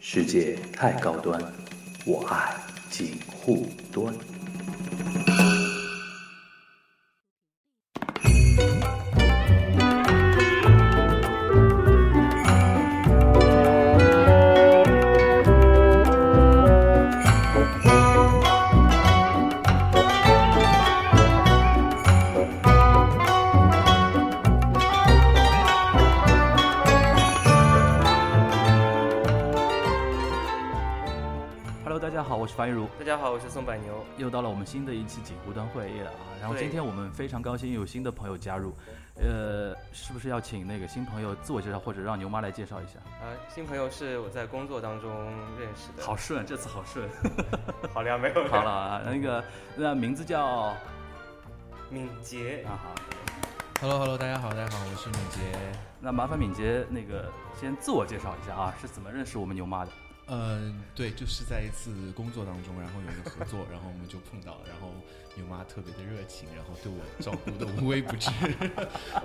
世界太高端，我爱锦护端。 Hello，大家好，我是樊玉茹，大家好，我是宋柏牛。又到了我们新的一期锦湖端会议了啊。然后对今天我们非常高兴有新的朋友加入，呃，是不是要请那个新朋友自我介绍，或者让牛妈来介绍一下？啊，新朋友是我在工作当中认识的。 好顺，这次好顺。好聊没有？好了，啊，那个那名字叫啊敏捷，好， Hello Hello，大家好，大家好，我是敏杰。那麻烦敏捷那个先自我介绍一下啊，是怎么认识我们牛妈的？嗯，对，就是在一次工作当中，然后有一个合作，然后我们就碰到了，然后牛妈特别的热情，然后对我照顾的无微不至。 萍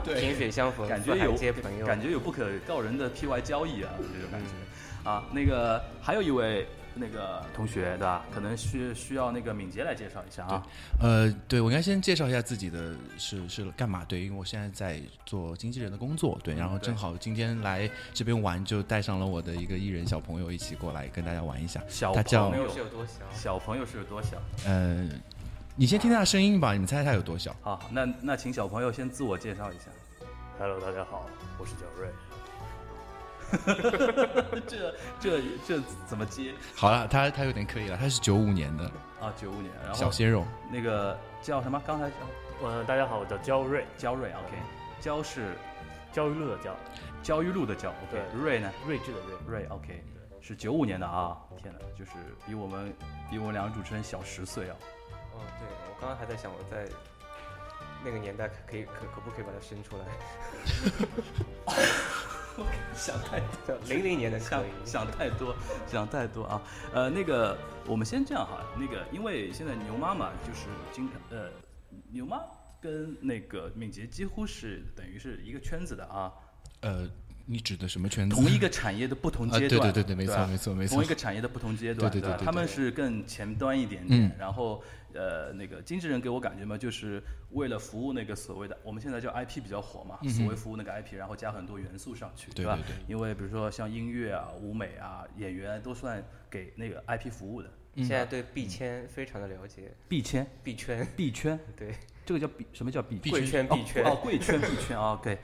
对，水相逢，感觉四海有皆朋友。感觉有不可告人的 PY 交易啊，这种感觉。啊，那个还有一位那个同学对吧？可能需需要那个敏捷来介绍一下啊。呃，对我应该先介绍一下自己的是是干嘛？对，因为我现在在做经纪人的工作，对，然后对正好今天来这边玩，就带上了我的一个艺人小朋友一起过来跟大家玩一下。小他叫朋朋友友是有多小？小朋友是有多小？呃，你先听他的声音吧，你们猜他有多小？好，那那请小朋友先自我介绍一下。 Hello，大家好，我是蒋瑞。 这这这怎么接好了，他他有点可以了，他是九五年的啊？九五年，然小后鲜肉。那个叫什么？刚才叫嗯，大家好，我叫焦瑞，焦瑞，OK，焦啊是焦裕禄的焦，焦裕禄的焦，OK，对瑞呢？睿智的睿。瑞，OK，是九五年的啊！天哪，就是比我们比我们两个主持人小十岁啊！哦，对，我刚刚还在想，我在那个年代可可以可可不可以把它生出来？ 想太零零年的可想以。想太多，想太多啊！呃，那个我们先这样哈，那个因为现在牛妈妈就是经常呃，牛妈跟那个敏捷几乎是等于是一个圈子的啊，呃，你指的什么圈子？同一个产业的不同阶段，啊对对对对没错吧没错没错同一个产业的不同阶段，对对对吧对对他们是更前端一点点嗯，然后呃，那个经纪人给我感觉嘛，就是为了服务那个所谓的我们现在叫 IP 比较火嘛，所谓服务那个 IP，然后加很多元素上去，嗯对吧对对？因为比如说像音乐啊、舞美啊、演员都算给那个 IP 服务的，现在对币圈非常的了解，币圈、币圈， 币圈，对，这个叫币，什么叫币圈？贵圈币圈哦，贵圈币圈啊，OK。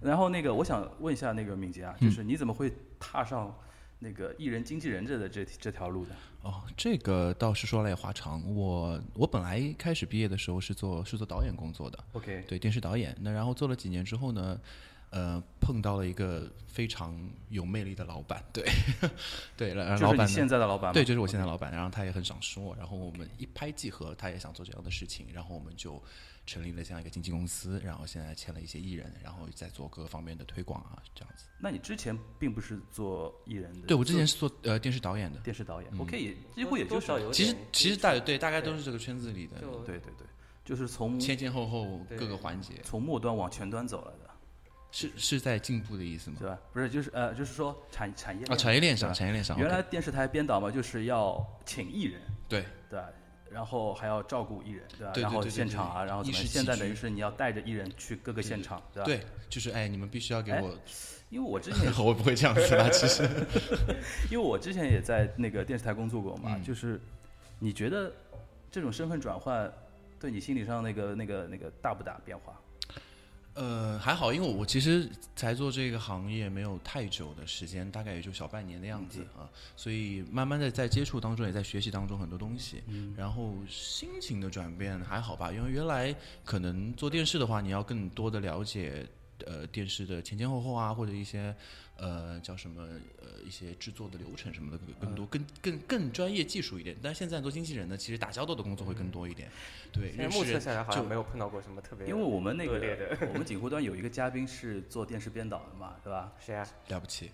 然后那个，我想问一下那个敏捷啊，嗯就是你怎么会踏上那个艺人经纪人这的这这条路的？ 哦，这个倒是说来也话长。我我本来开始毕业的时候是做是做导演工作的， OK，对电视导演。那然后做了几年之后呢，呃，碰到了一个非常有魅力的老板， 对对，然后就老是你板呢现在的老板吗？对，就是我现在老板，然后他也很赏识我，然后我们一拍即合，他也想做这样的事情，然后我们就成立了这样一个经纪公司，然后现在签了一些艺人，然后在做各方面的推广啊，这样子。那你之前并不是做艺人的，对我之前是嗯做呃电视导演的，电视导演，OK，也几乎也就多是少有点其实其实大接触对大概都是这个圈子里的，就嗯对对对，就是从前前后后对各个环节，从末端往前端走了的，是是在进步的意思吗对？吧？不是，就是呃，就是说产产业啊，产业链上，对吧产业链上，原 OK 来电视台编导嘛，就是要请艺人，对对吧？然后还要照顾艺人，对吧？对对然后对对现场啊，对然后怎么衣样？食现在起居等于是你要带着艺人去各个现场，对吧？对，就是哎，你们必须要给哎我，因为我之前也是， 我不会这样子吧？其实，因为我之前也在那个电视台工作过嗯嘛，就是你觉得这种身份转换对你心理上那个那个那个大不大变化？呃，还好，因为我其实才做这个行业没有太久的时间，大概也就小半年的样子啊，所以慢慢的在接触当中，也在学习当中很多东西，嗯然后心情的转变还好吧，因为原来可能做电视的话，你要更多的了解。呃，电视的前前后后啊，或者一些，呃，叫什么，呃，一些制作的流程什么的，更嗯多、更更更专业技术一点。但现在做经纪人呢，其实打交道的工作会更多一点。对，嗯现在认目识测人下来好像就没有碰到过什么特别。因为我们那个恶劣的我们警护端有一个嘉宾是做电视编导的嘛，对吧？谁啊？了不起，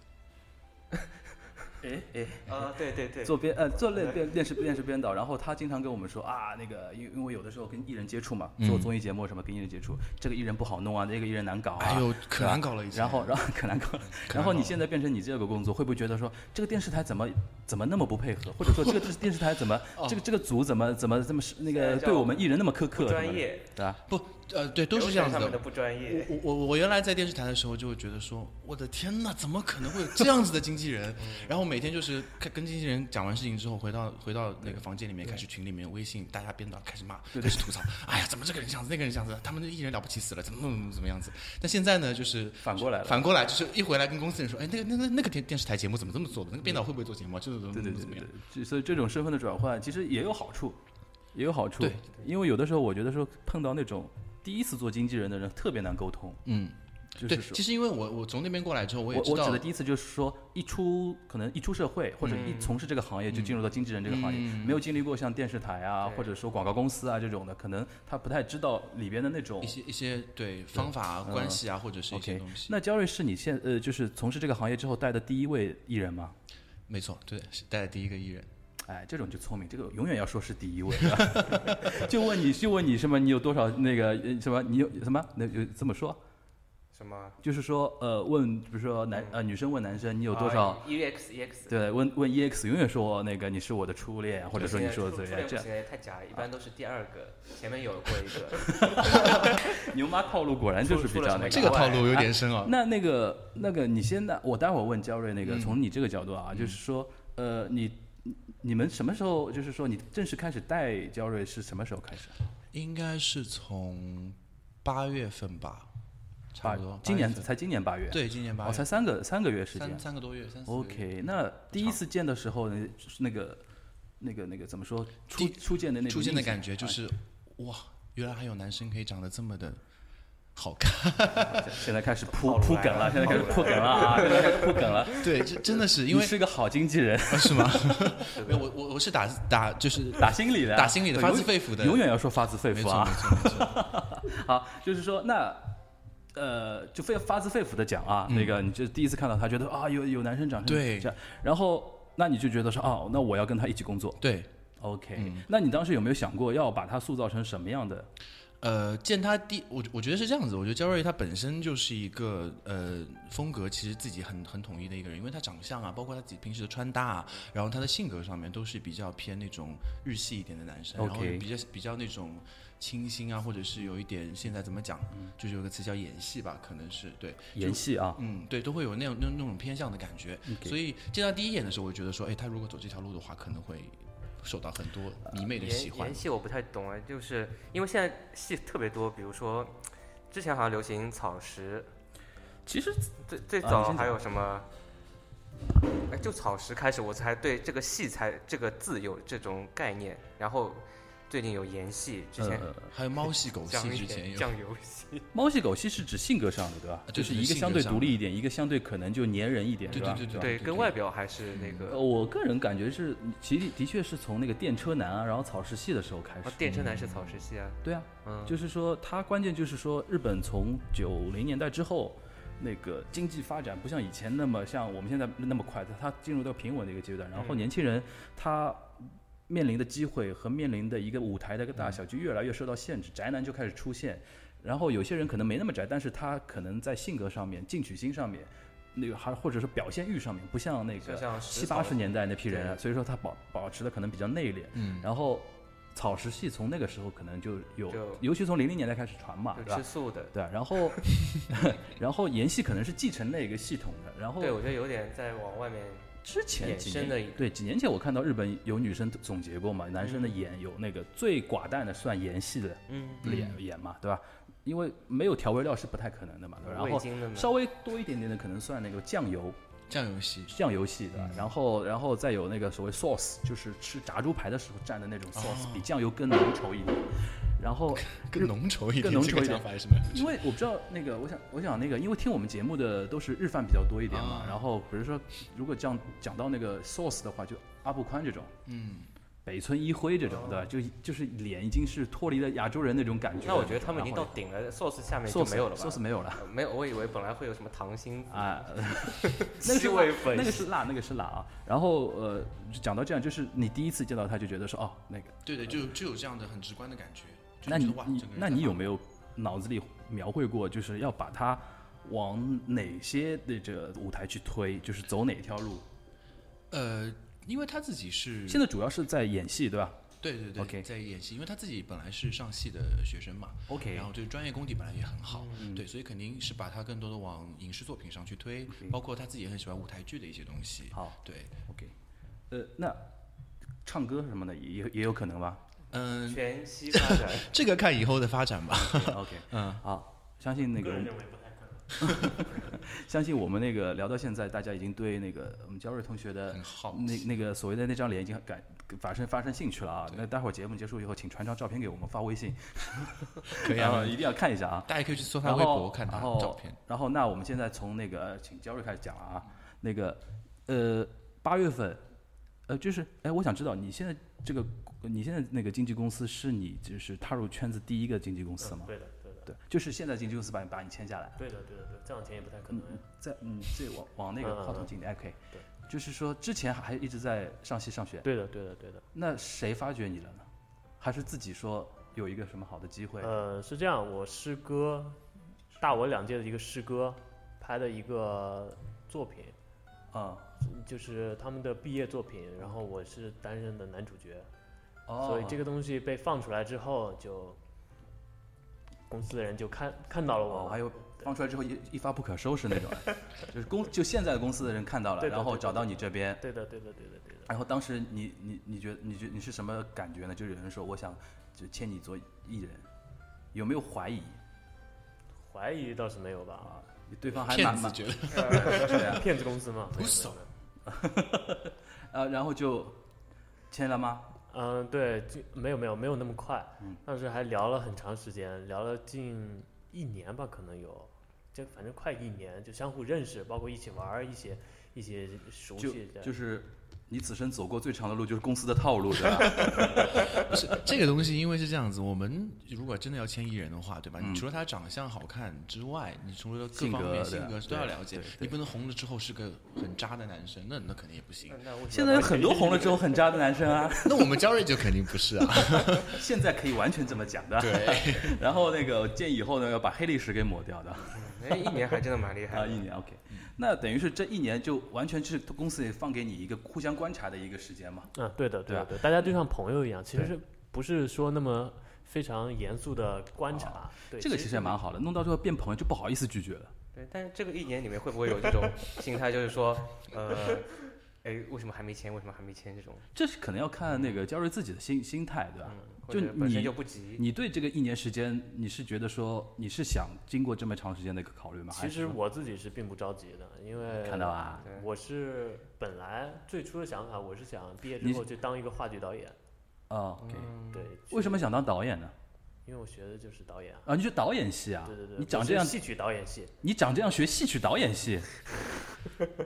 哎哎，啊，对对对，做编呃做练编电视电视编导，然后他经常跟我们说啊，那个因为因为有的时候跟艺人接触嘛，嗯做综艺节目什么跟艺人接触，这个艺人不好弄啊，那个艺人难搞啊，哎呦，可难搞了已经。然后，然后可难嗯搞了。然后搞你了现在变成你这个工作，会不会觉得说这个电视台怎么怎么那么不配合，或者说这个电视台怎么哦这个这个组怎么怎么这么是那现个在叫对我们艺人那么苛刻，不专，业，对吧？不，呃，对，都是流这样程子上面的的。不专业。我我我原来在电视台的时候就会觉得说，我的天呐，怎么可能会有这样子的经纪人？嗯然后每天就是看跟经纪人讲完事情之后，回到回到那个房间里面，开始群里面微信大家编导开始骂，开始吐槽，哎呀，怎么这个人这样子，那个人这样子，他们的艺人了不起死了，怎么怎么怎么样子？但现在呢，就是反过来了反过来就是一回来跟公司人说，哎，那个那个那个电电视台节目怎么这么做的？那个编导会不会做节目啊？就是怎么对怎对么对怎么对样？对，所以这种身份的转换其实也有好处，也有好处。对，因为有的时候我觉得说碰到那种第一次做经纪人的人特别难沟通，嗯，就是对，说其实因为我我从那边过来之后，我也我知道指的第一次就是说，一出可能一出社会或者一嗯从事这个行业就进入到经纪人这个行业，嗯没有经历过像电视台啊对或者说广告公司啊这种的，可能他不太知道里边的那种一。些一些对方法啊、关系啊，或者是一些嗯 OK，东西。那焦瑞是你现呃就是从事这个行业之后带的第一位艺人吗？没错，对，是带的第一个艺人。哎，这种就聪明，这个永远要说是第一位，是吧 就问你就问你什么？你有多少那个呃什么？你有什么？那有这么说，什么？就是说呃问，比如说男呃女生问男生你有多哎啊少？ ？EX EX。对，问问 EX 永远说那个你是我的初恋，或者说你是我的最爱，这样啊现在太假，一般都是第二个，前面有过一 个。牛妈套路果然就是比较那出出这了个。个什么套路有点深啊。那那个那个，你先呢？我待会儿问焦瑞那嗯个，从你这个角度啊，就是说，呃，你你们什么时候，就是说你正式开始带焦瑞是什么时候开始啊？应该是从八月份吧，差不多。今年八月份才今年八月，，对，今年八哦，月才三个三个月时间三。三个多月，三四个月。 OK，那第一次见的时候，呢，那个那个那个怎么说？初第初见的那种出现的印象感觉就是哇，原来还有男生可以长得这么的好看。啊现在开始铺套路铺来梗了，现在开始铺梗了啊，现在开始铺梗了。对，这真的是因你为是个好经纪 人，啊是吗？没有，我我我是打打就是打心里的，打心里的对发自永肺腑的永远要说发自肺没腑错啊没。错没错。好，就是说那。呃，就非发自肺腑的讲啊，那个你就第一次看到他，觉得啊有有男生长成嗯对这样，然后那你就觉得说哦，那我要跟他一起工作对， ，OK？、那嗯你当时有没有想过要把他塑造成什么样的？呃，见他第我我觉得是这样子，我觉得焦瑞他本身就是一个呃风格其实自己很很统一的一个人，因为他长相啊，包括他自己平时的穿搭啊，然后他的性格上面都是比较偏那种日系一点的男生，然后 OK 比较比较那种清新啊，或者是有一点现在怎么讲，就是有个词叫演戏吧，可能是对演戏啊，嗯，对，都会有那种那种那种偏向的感觉。所以见到第一眼的时候，我就觉得说，哎，他如果走这条路的话，可能会受到很多迷妹的喜演欢演。戏我不太懂啊，就是因为现在戏特别多，比如说之前好像流行草食，其实最最啊你早先还有什么？哎，就草食开始，我才对这个戏才这个字有这种概念。然后最近有盐戏，之前呃，还有猫系狗系酱之前盐有。酱油 戏，猫系狗系是指性格上的，对吧？对就是对一个啊性相格对上独立一点，一个相对可能就粘人一点，对吧？对对吧啊对，对跟对外表还是那呃，个。我个人感觉是，其实的确是从那个电车男啊，然后草食系的时候开始哦，。电车男是草食系啊，对啊，嗯，就是说它关键就是说，日本从九零年代之后，那个经济发展不像以前那么像我们现在那么快，它它进入到平稳的一个阶段，然后嗯年轻人他。面临的机会和面临的一个舞台的一个大嗯小就越来越受到限制，宅男就开始出现，然后有些人可能没那么宅，但是他可能在性格上面、进取心上面，那个还或者是表现欲上面，不像那就个像嗯七食八草十年代那批人啊，对所以说他保保持的可能比较内敛。嗯，然后草食系从那个时候可能就有，就尤其从零零年代开始传嘛，对就吧吃？素的。对啊，然后 然后延系可能是继承那个系统的，然后对，我觉得有点在往外面之前衍几生年的一个对几年前我看到日本有女生总结过嘛，男生的眼有那个最寡淡的算盐系的嗯脸眼嘛，对吧？因为没有调味料是不太可能的嘛，对吧？味然后精的嘛，稍微多一点点的可能算那个酱油，酱油系酱油系嗯的，然后然后再有那个所谓 sauce，就是吃炸猪排的时候蘸的那哦种 sauce，、比酱油更浓稠一点。然后更浓稠一点，更嗯浓稠一这点个讲法还是蛮有趣因为我不知道那个，我想我想那个，因为听我们节目的都是日饭比较多一点哦嘛，啊然后比如说如果这样讲到那个 sauce 的话，就阿布宽这种，嗯，北村一辉这种，对吧？就就是脸已经是脱离了亚洲人那种感觉。哦那我觉得他们已经到顶了，sauce 下面就 sauce 没有了吧 sauce 没有了。呃没有，我以为本来会有什么糖心子 啊， 那个是辣七味粉那个是辣，那个是辣啊。然后呃，就讲到这样，就是你第一次见到他就觉得说，哦，那个，对对，就就有这样的很直观的感觉。就那觉你得哇，你整个人那在你有哪没有脑子里描绘过，就是要把他往哪些那这舞台去推，就是走哪条路？呃，因为他自己是现在主要是在演戏，对吧对对对 OK 在演戏，因为他自己本来是上戏的学生嘛， ？OK，嗯然后对专业功底本来也很好，对，所以肯定是把他更多的往影视作品上去推，包括他自己也很喜欢舞台剧的一些东西。好对， OK，呃，那唱歌什么的也也有可能吧嗯，全息发展。这个看以后的发展吧。 ？OK，嗯，好，相信那个我们为不太可能。 相信我们那个聊到现在，大家已经对那个我们焦瑞同学的很好呃那那个所谓的那张脸已经感发生发生兴趣了啊。那待会儿节目结束以后，请传张照片给我们发微信，可以啊然后一定要看一下啊。大家可以去搜他然微博后，看他然后照片。然后，那我们现在从那个呃请焦瑞开始讲了啊。那个呃，八月份，呃，就是哎，我想知道你现在这个你现在那个经纪公司是你就是踏入圈子第一个经纪公司吗？嗯对的，对的，对，就是现在经纪公司把你把你签下来。对的，对的，对的，再往前也不太可嗯能。，在嗯，这往往那个嗯靠嗯桶嗯近点，哎，可以。对，就是说之前还一直在上戏上学，对的，对的，对的。那谁发掘你了呢？还是自己说有一个什么好的机会？呃，是这样，我师哥，大我两届的一个师哥拍的一个作品，啊，就是他们的毕业作品，然后我是担任的男主角，哦，所以这个东西被放出来之后就。公司的人就看看到了哦，我，还有放出来之后一一发不可收拾那种， 哎就是公就现在的公司的人看到了，对的然后对的找到你这边，对的，对的，对的，对的。然后当时你你你觉得你觉得你是什么感觉呢？就是有人说我想就签你做艺人，有没有怀疑怀疑倒是没有吧？啊？对方还骗蛮子蛮觉得对啊，骗子公司嘛，不熟呃，然后就签了吗？嗯，对，就没有没有没有那么快嗯，当时还聊了很长时间，聊了近一年吧，可能有，就反正快一年，就相互认识，包括一起玩儿，一起一起熟就悉这样。就是你此生走过最长的路，就是公司的套路，对 吧？不是这个东西，因为是这样子，我们如果真的要签艺人的话，对吧？嗯你除了他长相好看之外，你除了各性方格面对性啊格都要了解对对，你不能红了之后是个很渣的男生，那那肯定也不行那。那为什么现在有很多红了之后很渣的男生啊，那我们焦瑞就肯定不是啊。现在可以完全这么讲的。 对， 然后那个建议以后呢，要把黑历史给抹掉的哎，一年还真的蛮厉害啊，的。一年 OK。那等于是这一年就完全是公司也放给你一个互相观察的一个时间嘛。嗯，对的，对对吧的，对，大家就像朋友一样，其实对是不是说那么非常严肃的观察？啊对，这个其实也蛮好的，弄到最后变朋友就不好意思拒绝了。对，但是这个一年里面会不会有这 种心态，就是说，呃，哎，为什么还没签？为什么还没签？这种，这是可能要看那个焦瑞自己的心心态，对吧？嗯，或就者本身你就不急。你对这个一年时间，你是觉得说你是想经过这么长时间的一个考虑吗？其还是实说我自己是并不着急的，因为看到啊，对我是本来最初的想法，我是想毕业你之后就当一个话剧导演。嗯哦，OK，对，为什么？么想当导演呢？因为我学的就是导演啊。啊，你是导演系啊？对对对，你长我这是样，戏曲导演系，你长这样学戏曲导 演系，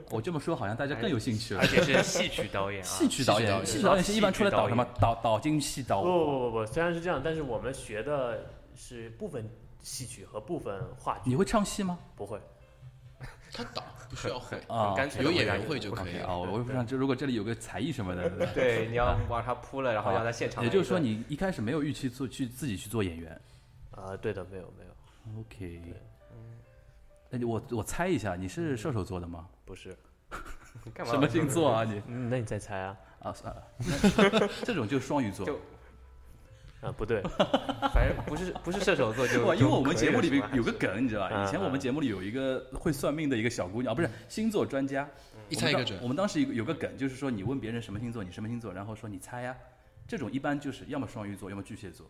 我这么说好像大家更有兴趣了而。且是戏曲导演啊，戏曲导演，哎戏戏曲曲导导演演啊哦系一般出来导什么戏？导导京戏、导不不不不，虽然是这样，但是我们学的是部分戏曲和部分话剧，你会唱戏吗？不会。他倒不需要会，啊很干脆有的回演答员你会就可以啊，了。我也不想，这如果这里有个才艺什 么的，对吧对，你要往上扑了，然后要在现场来啊也一个。就是说你一开始没有预期做去自己去做演员。啊、对的，没有没有， OK，那嗯你我我猜一下，你是射手座的吗？不是。你干嘛什么星座啊你？嗯，那你再猜啊？啊，算了， 这种就是双鱼座。就啊，不对，反正不是不是射手座就哇，因就为我们可以节目了里是面吧啊有个梗，你知道吧？嗯以前我们节目里有一个会算命的一个小姑娘，啊不嗯是星座专家，一猜一我个们当准我。们当时有有个梗，就是说你问别人什么星座，你什么星座，然后说你猜呀、这种一般就是要么双鱼座，要么巨蟹座。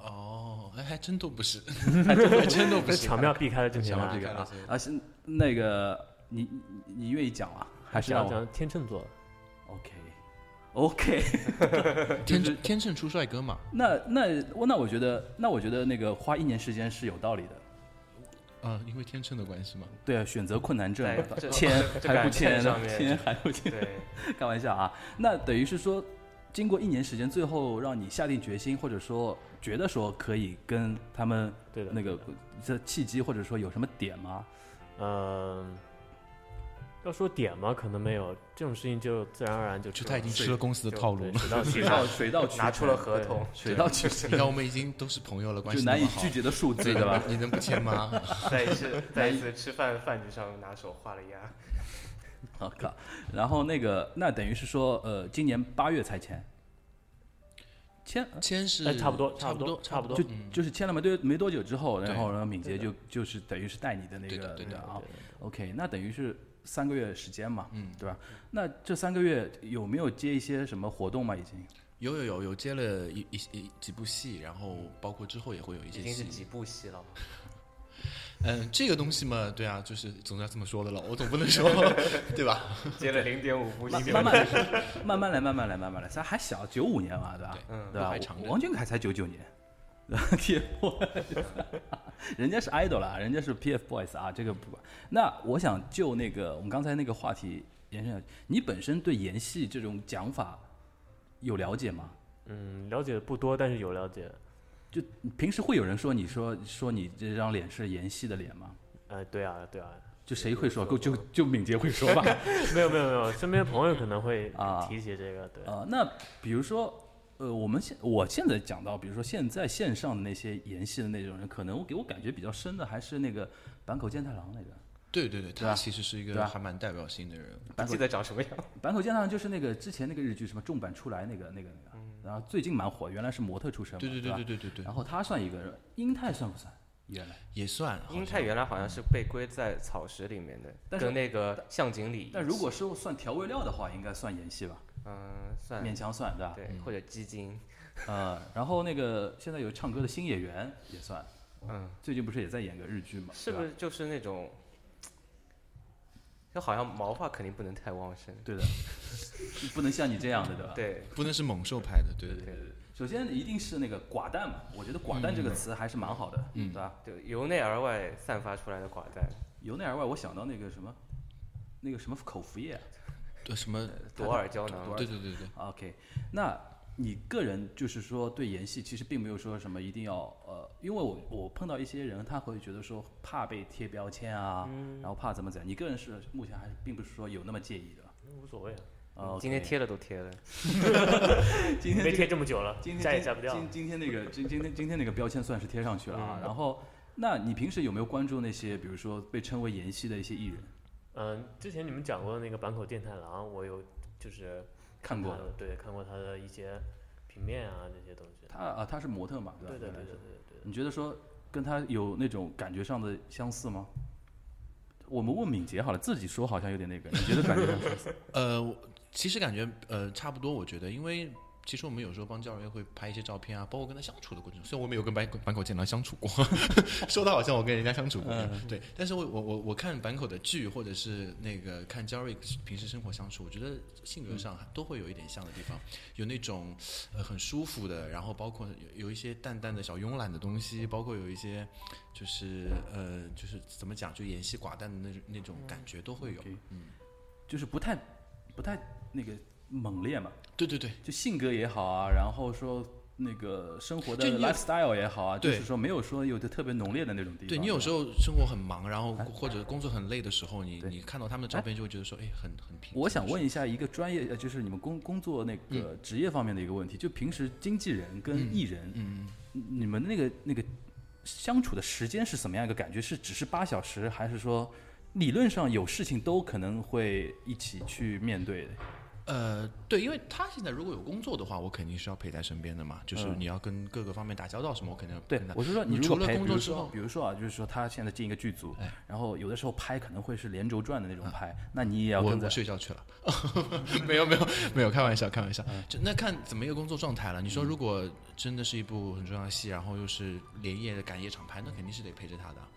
哦，哎，还真都不是，还真都不这是。 巧妙避开了这些巧啊。妙避这开个了啊这个啊，是那个你你你愿意讲吗？还是让讲我讲天秤座， OK OK？ 天秤天秤出帅哥嘛？那那我那我觉得那我觉得那个花一年时间是有道理的。啊，因为天秤的关系嘛。对啊，选择困难症在这签这还不杆秤签上面签还不 签，对开玩笑啊。那等于是说，经过一年时间，最后让你下定决心，或者说觉得说可以跟他们对的，那个这契机，或者说有什么点吗？嗯，要说点嘛，可能没有这种事情，就自然而然就就知他已道经对吃了公司的套路了。水到渠水成。到水 到渠啊拿出了成合同，水到渠成，你看，我们已经都是朋友了，关就系难那以么好拒，绝的数字，对吧？你能不签吗？ 在一 次在一次吃饭饭局上拿手画了押，我靠！然后那个，那等于是说，呃，今年八月才签，签呃签是哎，差不多，差不多，差差不不嗯多就。就是签了没多没多久之后，对然后然后敏捷就就是等于是带你的那对个的对的啊对的，OK，那等于是三个月时间嘛，嗯，对吧？那这三个月有没有接一些什么活动嘛？已经有有有有接了一一一几部戏，然后包括之后也会有一已些经是戏。几部戏了嘛？嗯，这个东西嘛，对啊，就是总要这么说的了，我总不能说 对吧？接了零点五部戏，慢慢慢慢来，慢慢来，慢慢来，慢慢来，咱还小，九五年嘛，对吧？嗯，对吧还？长我着王俊凯才九九年 ，TFBOYS，人家是 idol 啦，人家是 TFBOYS 啊，这个不管。那我想就那个我们刚才那个话题延伸下去，你本身对演戏这种讲法有了解吗？嗯，了解的不多，但是有了解。就平时会有人说你说说你这张脸是演戏的脸吗？哎，对啊，对啊，就谁会说？就就就敏捷会说吧。没有没有没有，身边朋友可能会啊提起这个，对，啊，那比如说，呃，我们现我现在讲到，比如说现在线上的那些演戏的那种人，可能我给我感觉比较深的还是那个坂口健太郎那个。对对对，对他啊其实是一对个啊还蛮代表性的人。不记得长什么样。坂口健太郎就是那个之前那个日剧什么重版出来那个那个那个，然后最近蛮火，原来是模特出身嘛，嗯对对对啊对吧对对对对然，后他算一个人，英泰算不算？原来，也算。好英像泰原来好像是被归在草食里面的，但是跟那个向井理一起。但如果是算调味料的话，应该算演戏吧，嗯，算勉强算，对吧？对，或者基金，呃，然后那个现在有唱歌的新演员也算，嗯，最近不是也在演个日剧嘛，是对不吧是就是那种？就好像毛发肯定不能太旺盛，对的， 不能像你这样的，对吧？对，不能是猛兽派的，对对对。首先一定是那个寡淡嘛，我觉得寡淡这个词还是蛮好的，嗯对吧？对，由内而外散发出来的寡淡，由内而外，我想到那个什么，那个什么口服液对什么？朵尔胶朵囊尔，对对对对，啊，OK，那你个人就是说对演戏其实并没有说什么一定要呃，因为我我碰到一些人，他会觉得说怕被贴标签啊，嗯然后怕怎么怎样，你个人是目前还是并不是说有那么介意的吧。无所谓啊，啊，嗯今天，贴了都贴了，今天没这个贴这么久了，今天摘也今摘不掉了。今今天那个今今天今天那个标签算是贴上去了啊。然后，那你平时有没有关注那些比如说被称为妍希的一些艺人？嗯，之前你们讲过的那个坂口健太郎，我有就是看过他的的，对，看过他的一些平面啊这些东西。他啊，他是模特嘛，对吧？对的，对原来的，对是的，对的。你觉得说跟他有那种感觉上的相似吗？我们问敏捷好了，自己说好像有点那个，你觉得感觉上相似？呃，我其实感觉呃差不多，我觉得，因为其实我们有时候帮教练会拍一些照片啊，包括跟他相处的过程中，虽然我没有跟坂口坂口健郎相处过， 说的好像我跟人家相处过一样，对，但是我我我我看坂口的剧或者是那个看 Jerry 平时生活相处，我觉得性格上都会有一点像的地方，有那种呃很舒服的，然后包括有有一些淡淡的小慵懒的东西，包括有一些就是呃就是怎么讲，就演戏寡淡的那种那种感觉都会 有 OK，就是嗯不太不太那个猛烈嘛，对对对。就性格也好啊，然后说。那个生活的就你有 lifestyle 也好啊，就对是说没有说有的特别浓烈的那种地方。哎对你有时候候生活很忙，然后或者工作很累的时候，你你看到他们的照片就会觉得说，哎，很很平。我想问一下一个专业，呃就是你们工工作那个职业方面的一个问题，就平时经纪人跟艺人，嗯嗯，你们那个那个相处的时间是怎么样一个感觉？是只是八小时，还是说理论上有事情都可能会一起去面对的？呃，对，因为他现在如果有工作的话，我肯定是要陪在身边的嘛，就是你要跟各个方面打交道什么，我肯定要嗯对跟，他。我是说你如除果了陪，工比作如之说后，比如说啊，就是说他现在进一个剧组哎，啊然后有的时候拍可能会是连轴转的那种拍，那你也要我跟我着。睡觉去了， 没有没有没有，开玩笑开玩笑，嗯就那看怎么一个工作状态了。你说如果真的是一部很重要的戏，然后又是连夜的赶夜场拍，那肯定是得陪着他的。啊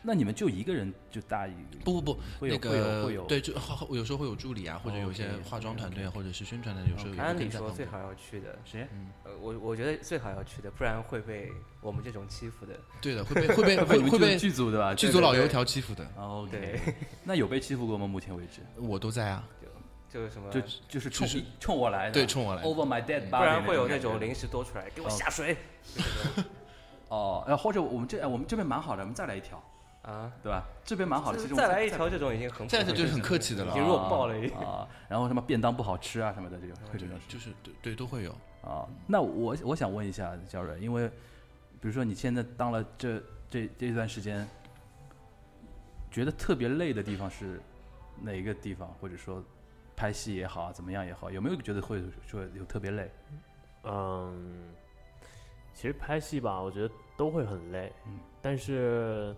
那你们就一个人就搭一个？不不不，会有那个会有会有对，就 好有时候会有助理啊，或者有一些 OK，OK，OK 化妆团队啊，或者是宣传的，有时候也会按理跟在说旁最边。好要去的，谁？嗯呃，我我觉得最好要去的，不然会被我们这种欺负的。对的，会被会 被你们会会剧被剧组对吧？剧组老油条欺负的， OK，对，那有被欺负过吗？目前为止，我都在啊。就是什么，就就是冲就是冲我来的，对冲我来的 Over my dead body，不然会有那那种种感觉临时多出来给我哦下水哦，呃，或者我们这哎我们这边蛮好的，我们再来一条，啊，对吧？这边蛮好的，就其是实我再们来一条这种已经很这样普遍子就是很了客气的了已经啊，弱爆了已经啊。然后什么便当不好吃啊什么的，这个会这种事就是对对都会有。啊。那我我想问一下焦蕊，因为比如说你现在当了这这这段时间，觉得特别累的地方是哪一个地方？或者说拍戏也好，怎么样也好，有没有觉得会说有特别累？嗯，其实拍戏吧，我觉得都会很累，嗯但是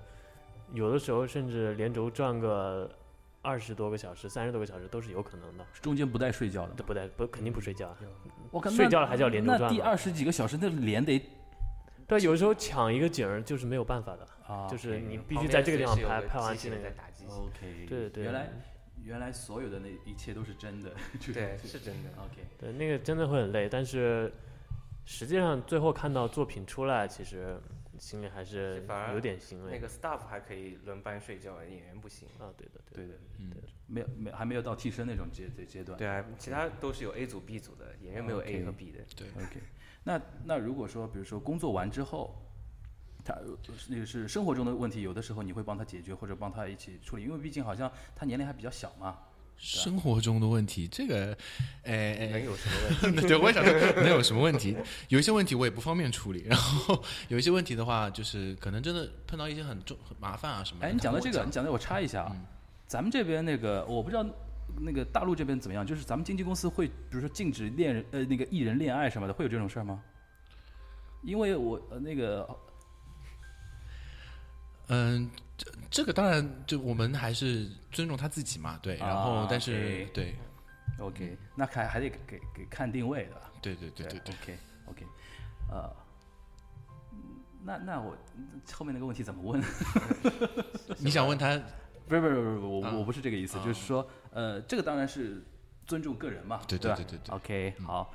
有的时候甚至连轴转个二十多个小时、三十多个小时都是有可能的。中间不带睡觉的吗？这不带不肯定不睡觉啊，我看睡那觉了还叫连轴那转第吗二十几个小时，那脸得但有时候抢一个景儿就是没有办法的，啊，就是你嗯必旁须边在这个地随时方有拍，个拍完机去器那人个在。打机器 OK，对对原来原来所有的那一切都是真的，就是对，是真的。 OK，对，那个真的会很累，但是实际上最后看到作品出来，其实心里还是是反而有点欣慰。那个 staff 还可以轮班睡觉，演员不行。啊，对的，对的。对对嗯对，没有没还没有到替身那种阶阶阶段。对哦啊，其他都是有 A 组、B 组的，演员没有 A 和 B 的。对， OK，那那如果说比如说工作完之后，他呃那个是生活中的问题，有的时候你会帮他解决或者帮他一起处理，因为毕竟好像他年龄还比较小嘛。啊生活中的问题，这个，哎哎， 能有什么问题？对，我也想说能有什么问题？有一些问题我也不方便处理，然后有一些问题的话，就是可能真的碰到一些很重很麻烦啊什么的。哎，你讲到他这跟个，我嗯你讲到我插一下啊，咱们这边那个我不知道那个大陆这边怎么样，就是咱们经纪公司会比如说禁止恋人呃那个艺人恋爱什么的，会有这种事儿吗？因为我呃那个嗯，这这个当然就我们还是尊重他自己嘛，对。啊然后但是 OK 对 OK，那还还得给给给看定位的吧。对对对对对， OK OK，呃，嗯那那我后面那个问题怎么问？ 你想问他不是不是不是不是，我、啊我不是这个意思，啊就是说，呃，这个当然是尊重个人嘛，对对对吧对对对 OK，好，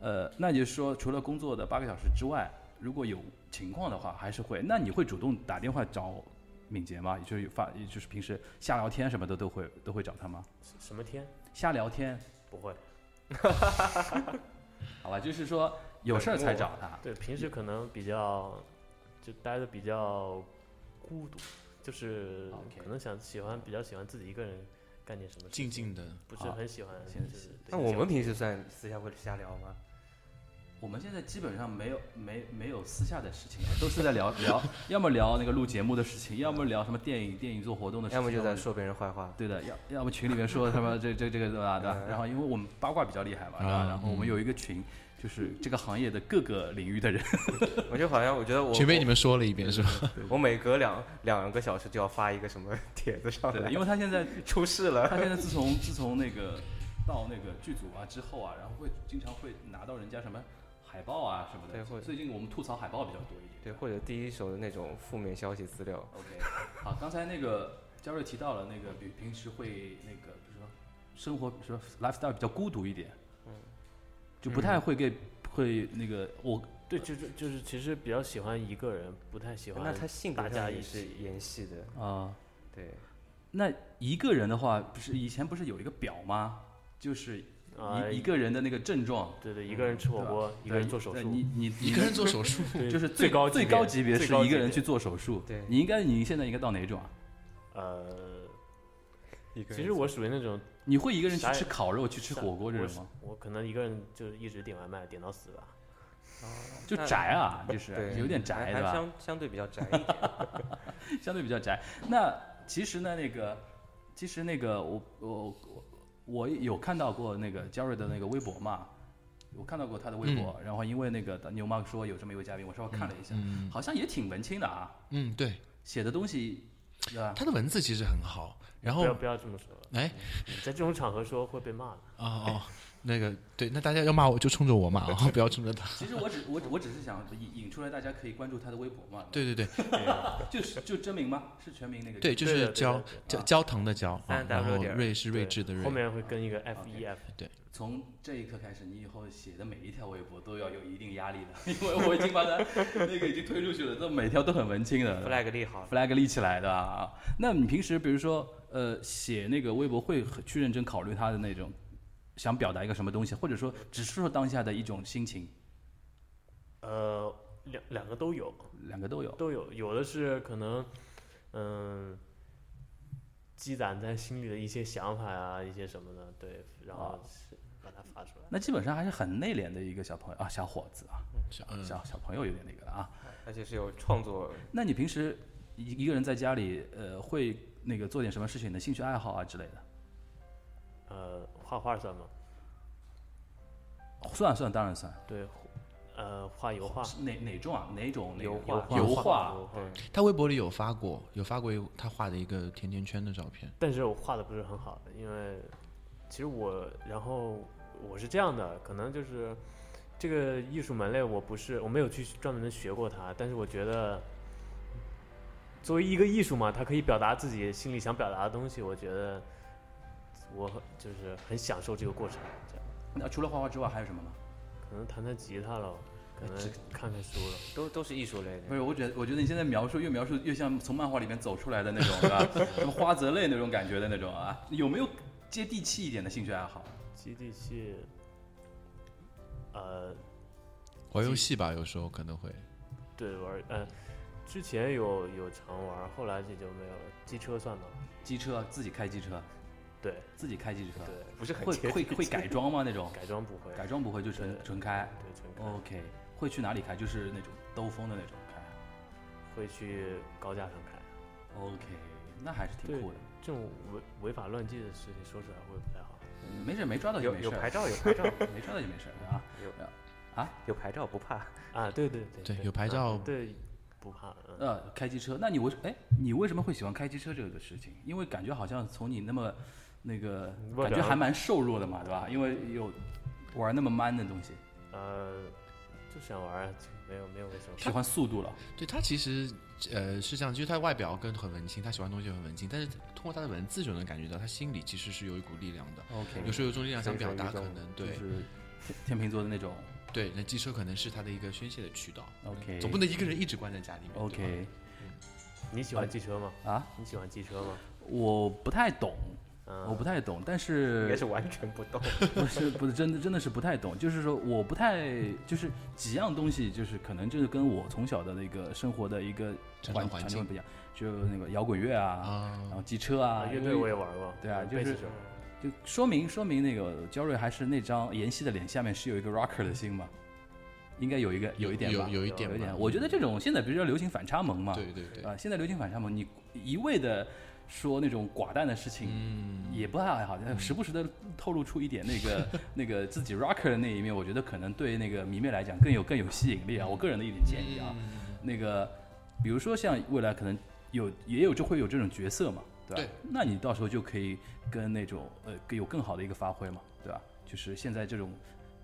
嗯呃，那就是说，除了工作的八个小时之外，如果有情况的话，还是会。那你会主动打电话找敏捷吗？也就是有发，也就是平时瞎聊天什么的都会都会找他吗？什么天瞎聊天，不会？好吧，就是说有事儿才找他。对，平时可能比较就待的比较孤独，就是可 OK 能想喜欢比较喜欢自己一个人干点什么事静情，静的，不是好很喜欢。现在就是是那我们平时算私下会瞎聊吗？我们现在基本上没有没没有私下的事情了，都是在聊聊，要么聊那个录节目的事情，要么聊什么电影电影做活动的事情，要么就在说别人坏话。对的，要要么群里面说什么这这这个对吧？对吧？嗯然后因为我们八卦比较厉害嘛，对吧？啊然后我们有一个群，就是这个行业的各个领域的人，我就好像我觉得我全被你们说了一遍是吧？我每隔两两个小时就要发一个什么 帖子上对，来因，为他现在 出事了。他现在自从自从那个到那个剧组啊之后啊，然后会经常会拿到人家什么海报啊什么对会的，最近我们吐槽海报比较多一点。对，或者第一手的那种负面消息资料， OK，好，刚才那个焦瑞提到了那个，比平时会那个，比如说生活，比如说 lifestyle 比较孤独一点，嗯，就不太会给、会那个我对，就是就是其实比较喜欢一个人，不太喜欢。那他性格大家上也一是起演戏的，啊、对，那一个人的话，不是以前不是有一个表吗？就是一、啊、一个人的那个症状，对对，一个人吃火嗯对吧锅，一个人对做手对术，你你一个人做手术，对就是最高最级高别级别最是高一级个人别去做手术，对你应该你现在应该到哪种啊？呃，一个其实我属于那种你会一个人去啥也吃烤肉、去吃啥火锅这我种是吗？我可能一个人就一直点外卖，点到死吧。就宅 啊，就是对有点还宅还对吧？相相对比较宅一点，相对比较宅。那其实呢，那个其实那个我我我我有看到过那个焦瑞的那个微博嘛，我看到过他的微嗯博。然后因为那个牛妈说有这么一位嘉宾，我稍微看了一下，嗯好像也挺文青的啊，嗯，对，写的东西对 吧？他的文字其实很好，然后不要不要这么说，哎你在这种场合说会被骂的。哦哦，那个对，那大家要骂我就冲着我骂，啊，不要冲着他。其实我只我我只是想引引出来，大家可以关注他的微博嘛。，对对对就是就真名吗？是全名那个？对，就对是的对焦的对的焦焦糖的焦，啊三 W 然后点儿睿是睿智的对睿后。面会跟一个 F 啊 OK E F，从这一刻开始，你以后写的每一条微博都要有一定压力的， 因为我已经把它那个已经推出去了，这每条都很文青的。 flag 立好了。 flag 立起来的啊。那你平时比如说呃写那个微博会很去认真考虑它的那种想表达一个什么东西，或者说只是说当下的一种心情，呃，两两个都有，两个都有。都有，有的是可能，嗯，积攒在心里的一些想法呀、一些什么的，对，然后啊是把它发出来。那基本上还是很内敛的一个小朋友啊，小伙子啊，嗯小小小小朋友有点那个了啊。而且是有创作，那你平时一一个人在家里，呃，会那个做点什么事情？你的兴趣爱好啊之类的？呃，画画算吗？算啊算，当然算。对，呃，画油画，是哪哪种啊？哪种那个油画油油画油画对，他微博里有发过，有发过一个他画的一个甜甜圈的照片。但是我画的不是很好，因为其实我，然后我是这样的，可能就是这个艺术门类，我不是我没有去专门的学过它，但是我觉得作为一个艺术嘛，它可以表达自己心里想表达的东西，我觉得我就是很享受这个过程。这样，那除了画画之外还有什么吗？可能弹弹吉他了，可能看看书了。都都是艺术类的不。是，我觉得我觉得你现在描述越描述越像从漫画里面走出来的那种，是吧？什么花泽类那种感觉的那种啊？有没有接地气一点的兴趣爱好？接地气，呃，玩游戏吧，有时候可能会。对，玩儿呃，之前有有常玩儿，后来也就没有了。机车算吗？机车自己开机车，对自己开机车，对，不是很会接会会改装吗？那种改装不会，改哦装不会，就纯对纯开。对纯开、 OK，会去哪里开？就是那种兜风的那种开。会去高架上开。 OK，那还是挺对酷的。这种违违法乱纪的事情说出来会不太好。嗯没事，没抓到就有没有事儿，牌照， 有牌照，没抓到就没事儿啊。有牌照不怕。啊，对对对对，对有牌照。对不怕，嗯，呃，开机车，那你为哎，你为什么会喜欢开机车这个事情？因为感觉好像从你那么那个嗯外感觉表还蛮瘦弱的嘛，对吧？因为有玩那么 man 的东西，呃，就想玩儿，就没有没有为什么。喜欢速度了。对他其实呃是这样，就是他外表跟很文青，他喜欢的东西很文青，但是通过他的文字就能感觉到他心里其实是有一股力量的。 OK，有时候有种力量想非常表达，运可动能就对是天天秤座的那种。对，那机车可能是他的一个宣泄的渠道。嗯 OK，总不能一个人一直关在家里面。对吧 OK 你喜欢机车吗？啊，你喜欢机车吗？我不太懂，嗯、我不太懂，但也是是完全不动。不是不是真的真的是不太懂，就是说我不太就是几样东西，就是可能就是跟我从小的那个生活的一个成环长环环境不一样，就那个摇滚乐啊，然啊，后机车啊，乐因队为我也玩过，对啊嗯就贝斯是手就说明说明那个焦瑞还是那张妍希的脸下面是有一个 rocker 的心嘛，应该有一个有一点吧，有有一点有吧，一点。我觉得这种现在比较流行反差萌嘛，对对对，啊，现在流行反差萌，你一味的说那种寡淡的事情。嗯，也不太好，时不时的透露出一点那 个那个自己 rocker 的那一面，我觉得可能对那个迷妹来讲更有更有吸引嗯力啊。我个人的一点建议啊，那个比如说像未来可能有也有就会有这种角色嘛，对吧？对那你到时候就可以跟那种呃更有更好的一个发挥嘛，对吧？就是现在这种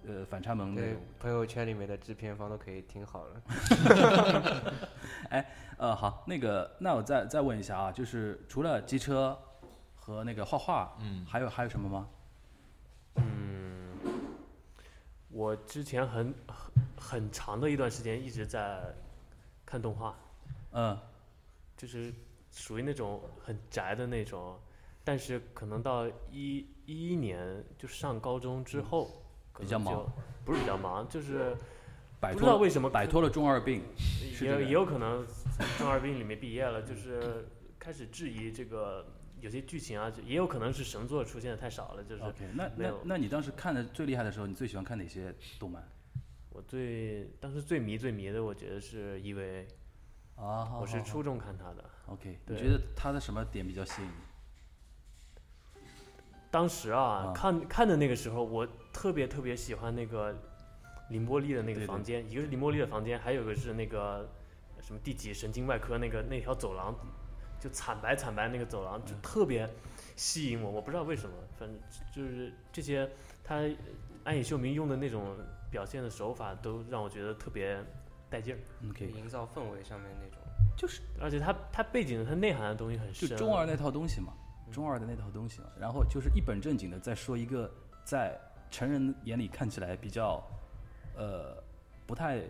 呃反差萌那对种，，朋友圈里面的制片方都可以听好了。呃好，那个那我再再问一下啊，就是除了机车和那个画画，嗯，还有还有什么吗？我之前很很很长的一段时间一直在看动画，嗯，就是属于那种很宅的那种，但是可能到一一一年就上高中之后，嗯可比能较就忙，不是比较忙，就是摆不知道脱为什么摆脱了中二病。是也这个也有可能中二病里面毕业了，就是开始质疑这个有些剧情啊，就也有可能是神作出现的太少了，就是 OK，那没那有那你当时看的最厉害的时候，你最喜欢看哪些动漫我最当时最迷最迷的，我觉得是 EVA，啊？我是初中看它的。 OK，你对觉得它的什么点比较吸引你？当时啊，啊看看的那个时候，我特别特别喜欢那个凌波丽的对那个对房间，一个是凌波丽的房间，还有一个是那个什么第几神经外科那个那条走廊，就惨白惨白那个走廊，嗯就特别吸引我。我不知道为什么，反正就是这些他安野秀明用的那种表现的手法，都让我觉得特别带劲儿。 OK，营造氛围上面那种。就是而且他他背景他内涵的东西很就深，中二那套东西嘛，中二的那套东西嘛。然后就是一本正经的在说一个在成人眼里看起来比较呃不太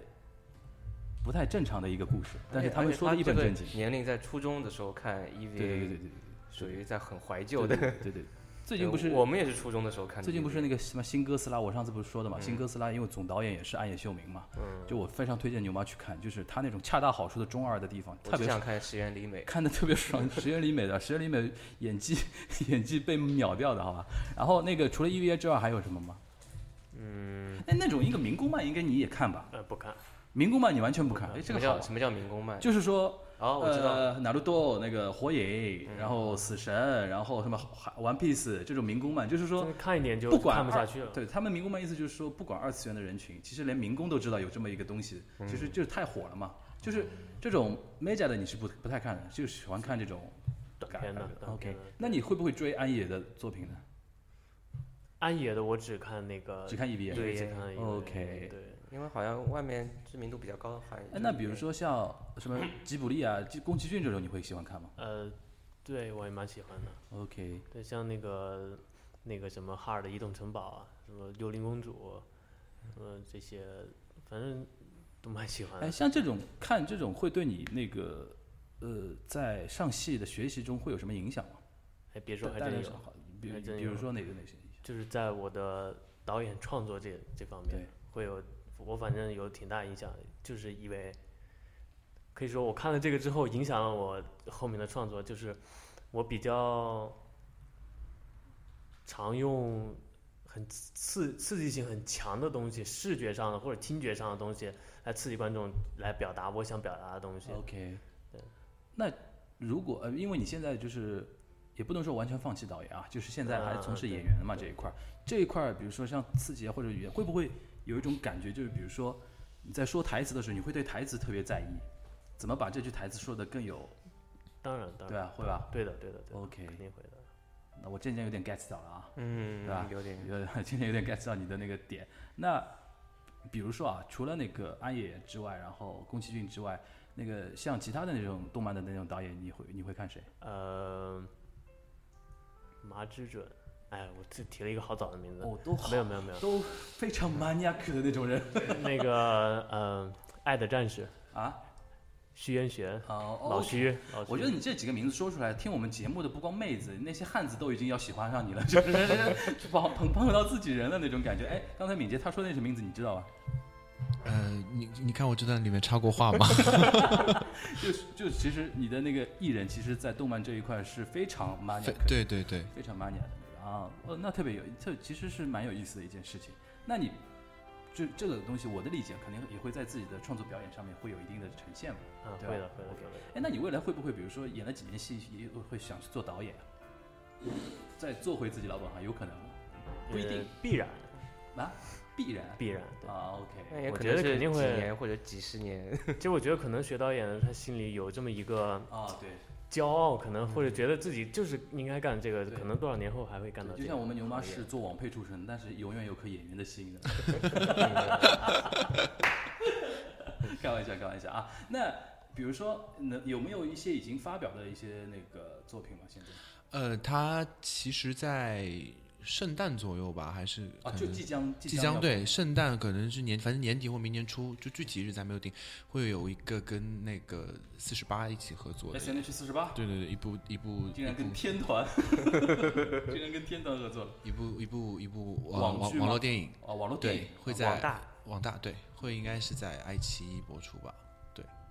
不太正常的一个故事，但是他们说的一本正经。年龄在初中的时候看对对对对 EVA，对，属于在很怀对旧对的。 对对对，最近不是我们也是初中的时候看的。嗯最近不是那个什么新哥斯拉，我上次不是说的嘛，新哥斯拉因为总导演也是暗野秀明嘛，就我非常推荐牛妈去看，就是他那种恰到好处的中二的地方，我特就别想看石原里美。看的特别爽，石原里美的，石原里美演技演技被秒掉的，好吧？然后那个除了《一 v 一之外还有什么吗？嗯，哎，那种一个民工漫应该你也看吧？呃，不看，民工漫你完全不看，哎，什这么个好叫啊，什么叫民工漫？就是说。哦，我知道，嗯呃，哪路多那个火影，然后死神，然后什么 One Piece 这种民工漫，就是说真的看一点就不管看不下二去了。对他们民工漫意思就是说，不管二次元的人群，其实连民工都知道有这么一个东西，其实嗯就是太火了嘛。就是这种 meja 的你是不不太看的，就喜欢看这种短片的短 OK，片的那你会不会追安野的作品呢？安野的我只看那个，只看 EVA 对，只看 OK 对，因为好像外面知名度比较高的话，哎，那比如说像什么吉卜力啊、吉宫崎骏这种，你会喜欢看吗呃，对我也蛮喜欢的。 ？OK，对，像那个那个什么哈尔的移动城堡啊，什么幽灵公主，呃，这些反正都蛮喜欢哎，的。像这种看这种会对你那个呃在上戏的学习中会有什么影响吗？哎，别说还带来真什有么，好比还真比如有说哪个哪些影响？就是在我的导演创作这这方面对会有，我反正有挺大影响，就是因为可以说我看了这个之后影响了我后面的创作，就是我比较常用很刺刺激性很强的东西，视觉上的或者听觉上的东西来刺激观众来表达我想表达的东西。 OK，那如果呃，因为你现在就是也不能说完全放弃导演啊，就是现在还啊从事对演员嘛这一块儿，这一块儿比如说像刺激啊或者语言，会不会有一种感觉，就是比如说你在说台词的时候，你会对台词特别在意，怎么把这句台词说的更有当然，当对然，啊，会吧对的，对的，对的？OK，肯定会的。那我渐渐有点 get 到了啊。嗯对吧，有点有 点今天有点 get 到你的那个点。那比如说啊，除了那个安野之外，然后宫崎骏之外，那个像其他的那种动漫的那种导演，你会你会看谁？呃，麻之准，哎，我自己提了一个好早的名字，哦，都没有没有没有，都非常 maniac 的那种人那个呃，爱的战士，啊。徐渊玄，哦，老徐，老徐我觉得你这几个名字说出来，听我们节目的不光妹子，那些汉子都已经要喜欢上你了，就是 就碰碰碰到自己人了那种感觉。哎，刚才敏捷她说那些名字你知道吧？呃，你你看我这段里面插过话吗？ 就是就其实你的那个艺人，其实，在动漫这一块是非常 maniac 的对对对，非常 mania 的那个啊，呃，那特别有，特其实是蛮有意思的一件事情。那你这这个东西，我的理解肯定也会在自己的创作表演上面会有一定的呈现嘛。啊，对会吧的会的 OK 会的，哎，那你未来会不会，比如说演了几年戏，也会想去做导演啊？再做回自己老本行，有可能吗？不一呃定，必然啊，必然必然。啊那，OK，也我可觉能是得肯定几会年或者几十年。其实我觉得可能学导演的他心里有这么一个啊，对，骄傲，可能或者觉得自己就是应该干这个，对可能多少年后还会干到对就这像个。我们牛妈是做网配出身，但是永远有颗演员的心的。 开玩笑，开玩笑啊。那比如说，能有没有一些已经发表的一些那个作品吗？现在呃，他其实，在圣诞左右吧，还是啊，可就能即将即将将要对圣诞可能是年，反正年底或明年初，就具体日子还没有定，会有一个跟那个四十八一起合作的， S N H 四十八，对对对，一部一部竟然一跟部天团， 竟然跟天团合作了一部一部一部呃网网剧网吗络电影，啊！网络电影对，会在网大网大对，会应该是在爱奇艺播出吧。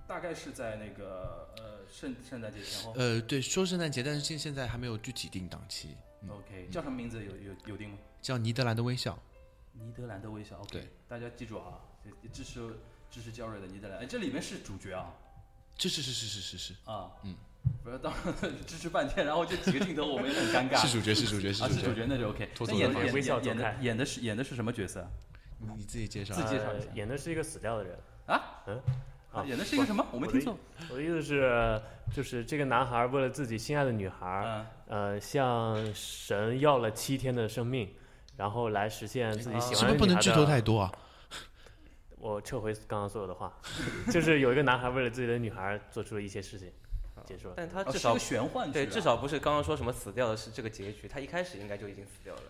大概是在那个呃圣圣诞节前后。呃，对，说圣诞节，但是现现在还没有具体定档期， OK，叫什么名字？有有有定吗？叫《尼德兰的微笑》。尼德兰的微笑，OK，对大家记住啊，支持支持焦瑞的尼德兰，哎，这里面是主角啊这是是是是是是啊，嗯，不要到时候支持半天，然后这几个镜头我们也很尴尬，是主角是主角啊，是是主主角，角那就 OK，脱那俗演的演微笑演演走的开演的是演的是什么角色啊你你自己介绍啊自。己介绍一呃下演的是一个死掉的人，啊？嗯啊啊演的是一个什么？我没听错，我的意思是，就是这个男孩为了自己心爱的女孩，嗯，呃，向神要了七天的生命，然后来实现自己啊喜是啊不是欢的不女能孩剧透的太多啊？我撤回刚刚所有的话， 就是有一个男孩为了自己的女孩做出了一些事情，结束了。但他啊至是一少个玄幻剧对，啊，至少不是刚刚说什么死掉的是这个结局，他一开始应该就已经死掉了。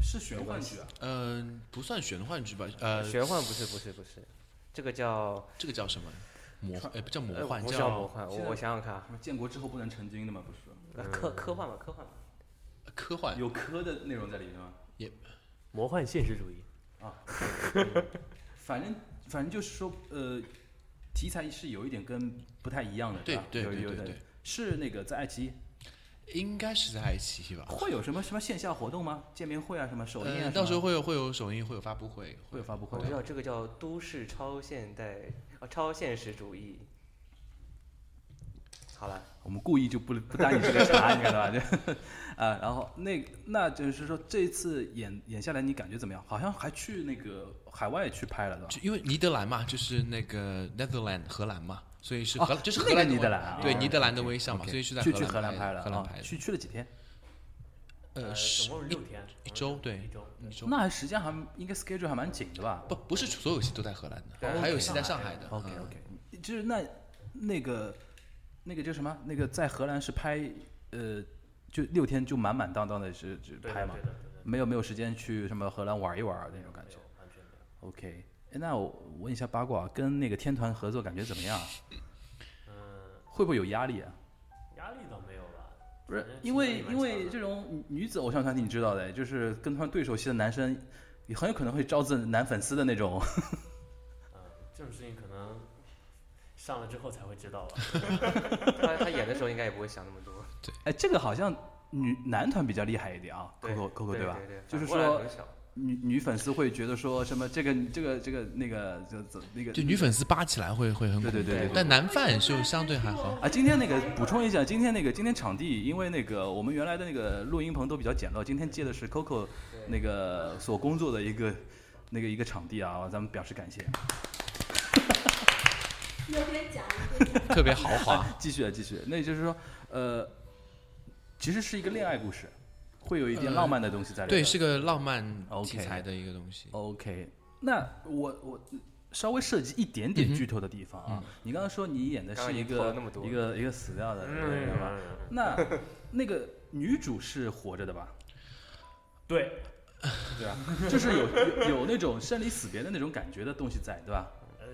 是玄幻剧啊。嗯、不算玄幻剧吧？呃，玄幻不是不是不是，这个叫这个叫什么？魔幻？哎，不叫呃魔幻，不叫魔叫幻，我现在我想想看啊，什么建国之后不能成精的嘛，不是？呃科科幻吧科幻吧，科科幻，有科的内容在里面吗？魔幻现实主义，反正反正就是说，呃，题材是有一点跟不太一样的，对吧？对有对有对的对是那个在爱奇艺应该是在爱奇艺吧？会有什么什么线下活动吗？见面会啊，什么首映啊什嗯，么？到时候会有会有首映，会有发布会，会有发布会我知道这个叫都市超现代啊，超现实主义。好了，我们故意就不不答应这个查，你知道吧？就啊，然后那那就是说，这次演 演下来，你感觉怎么样？好像还去那个海外去拍了，对吧？就因为尼德兰嘛，就是那个 Netherland 荷兰嘛，所以是荷、哦这是那荷兰个的尼德微兰啊对哦尼德兰的微笑嘛 OK，所以是在去去荷兰兰拍的，了，荷兰啊拍的，去去了几天？呃是总共是六天，一周嗯对一周，一周，那还时间还应该 schedule 还蛮紧的吧不不是所有戏都在荷兰对的，还有戏在上海的。 ？OK 嗯 OK，就是那那个那个叫什么？那个在荷兰是拍呃，就六天就满满当当的是是对拍的嘛对，的对的，没有没有时间去什么荷兰玩一玩那种感觉。完全没有。 OK，哎那我问一下八卦，啊跟那个天团合作感觉怎么样啊？ 嗯，会不会有压力啊？压力倒没有吧？不是反正，因竞为争力因蛮强为的这种女子偶像团体，你知道的，就是跟他们对手戏的男生，也很有可能会招致男粉丝的那种。嗯，这种事情可能上了之后才会知 道吧。他他演的时候应该也不会想那么多。哎，这个好像女男团比较厉害一点啊对，Coco Coco 对吧？对，就是反过来说很小嗯女女粉丝会觉得说什么这个这个这个那个这这那个就女粉丝扒起来会会很恐怖，对对对对但男犯就相对还 好。啊，今天那个补充一下，今天那个今天场地，因为那个我们原来的那个录音棚都比较简陋，今天借的是 Coco 那个所工作的一个那个一个场地啊，咱们表示感谢。有点假，有点特别豪华。继续啊，继续。那就是说，呃，其实是一个恋爱故事，会有一点浪漫的东西在里面。 呃对，是个浪漫 OK 哦题材的一个东西。 OK。那我我稍微涉及一点嗯点剧透的地方啊。你刚刚说你演的刚是刚一已经透了个那么多一个一个死掉的人，对吧？嗯，那 那个女主是活着的吧？对，对吧？就是有有有那种生离死别的那种感觉的东西在，对吧？呃，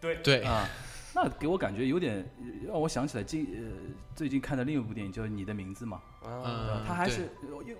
对，对，啊，那给我感觉有点让我想起来近呃最近看的另一部电影，就是《你的名字》嘛。啊，嗯，它还对是呃因为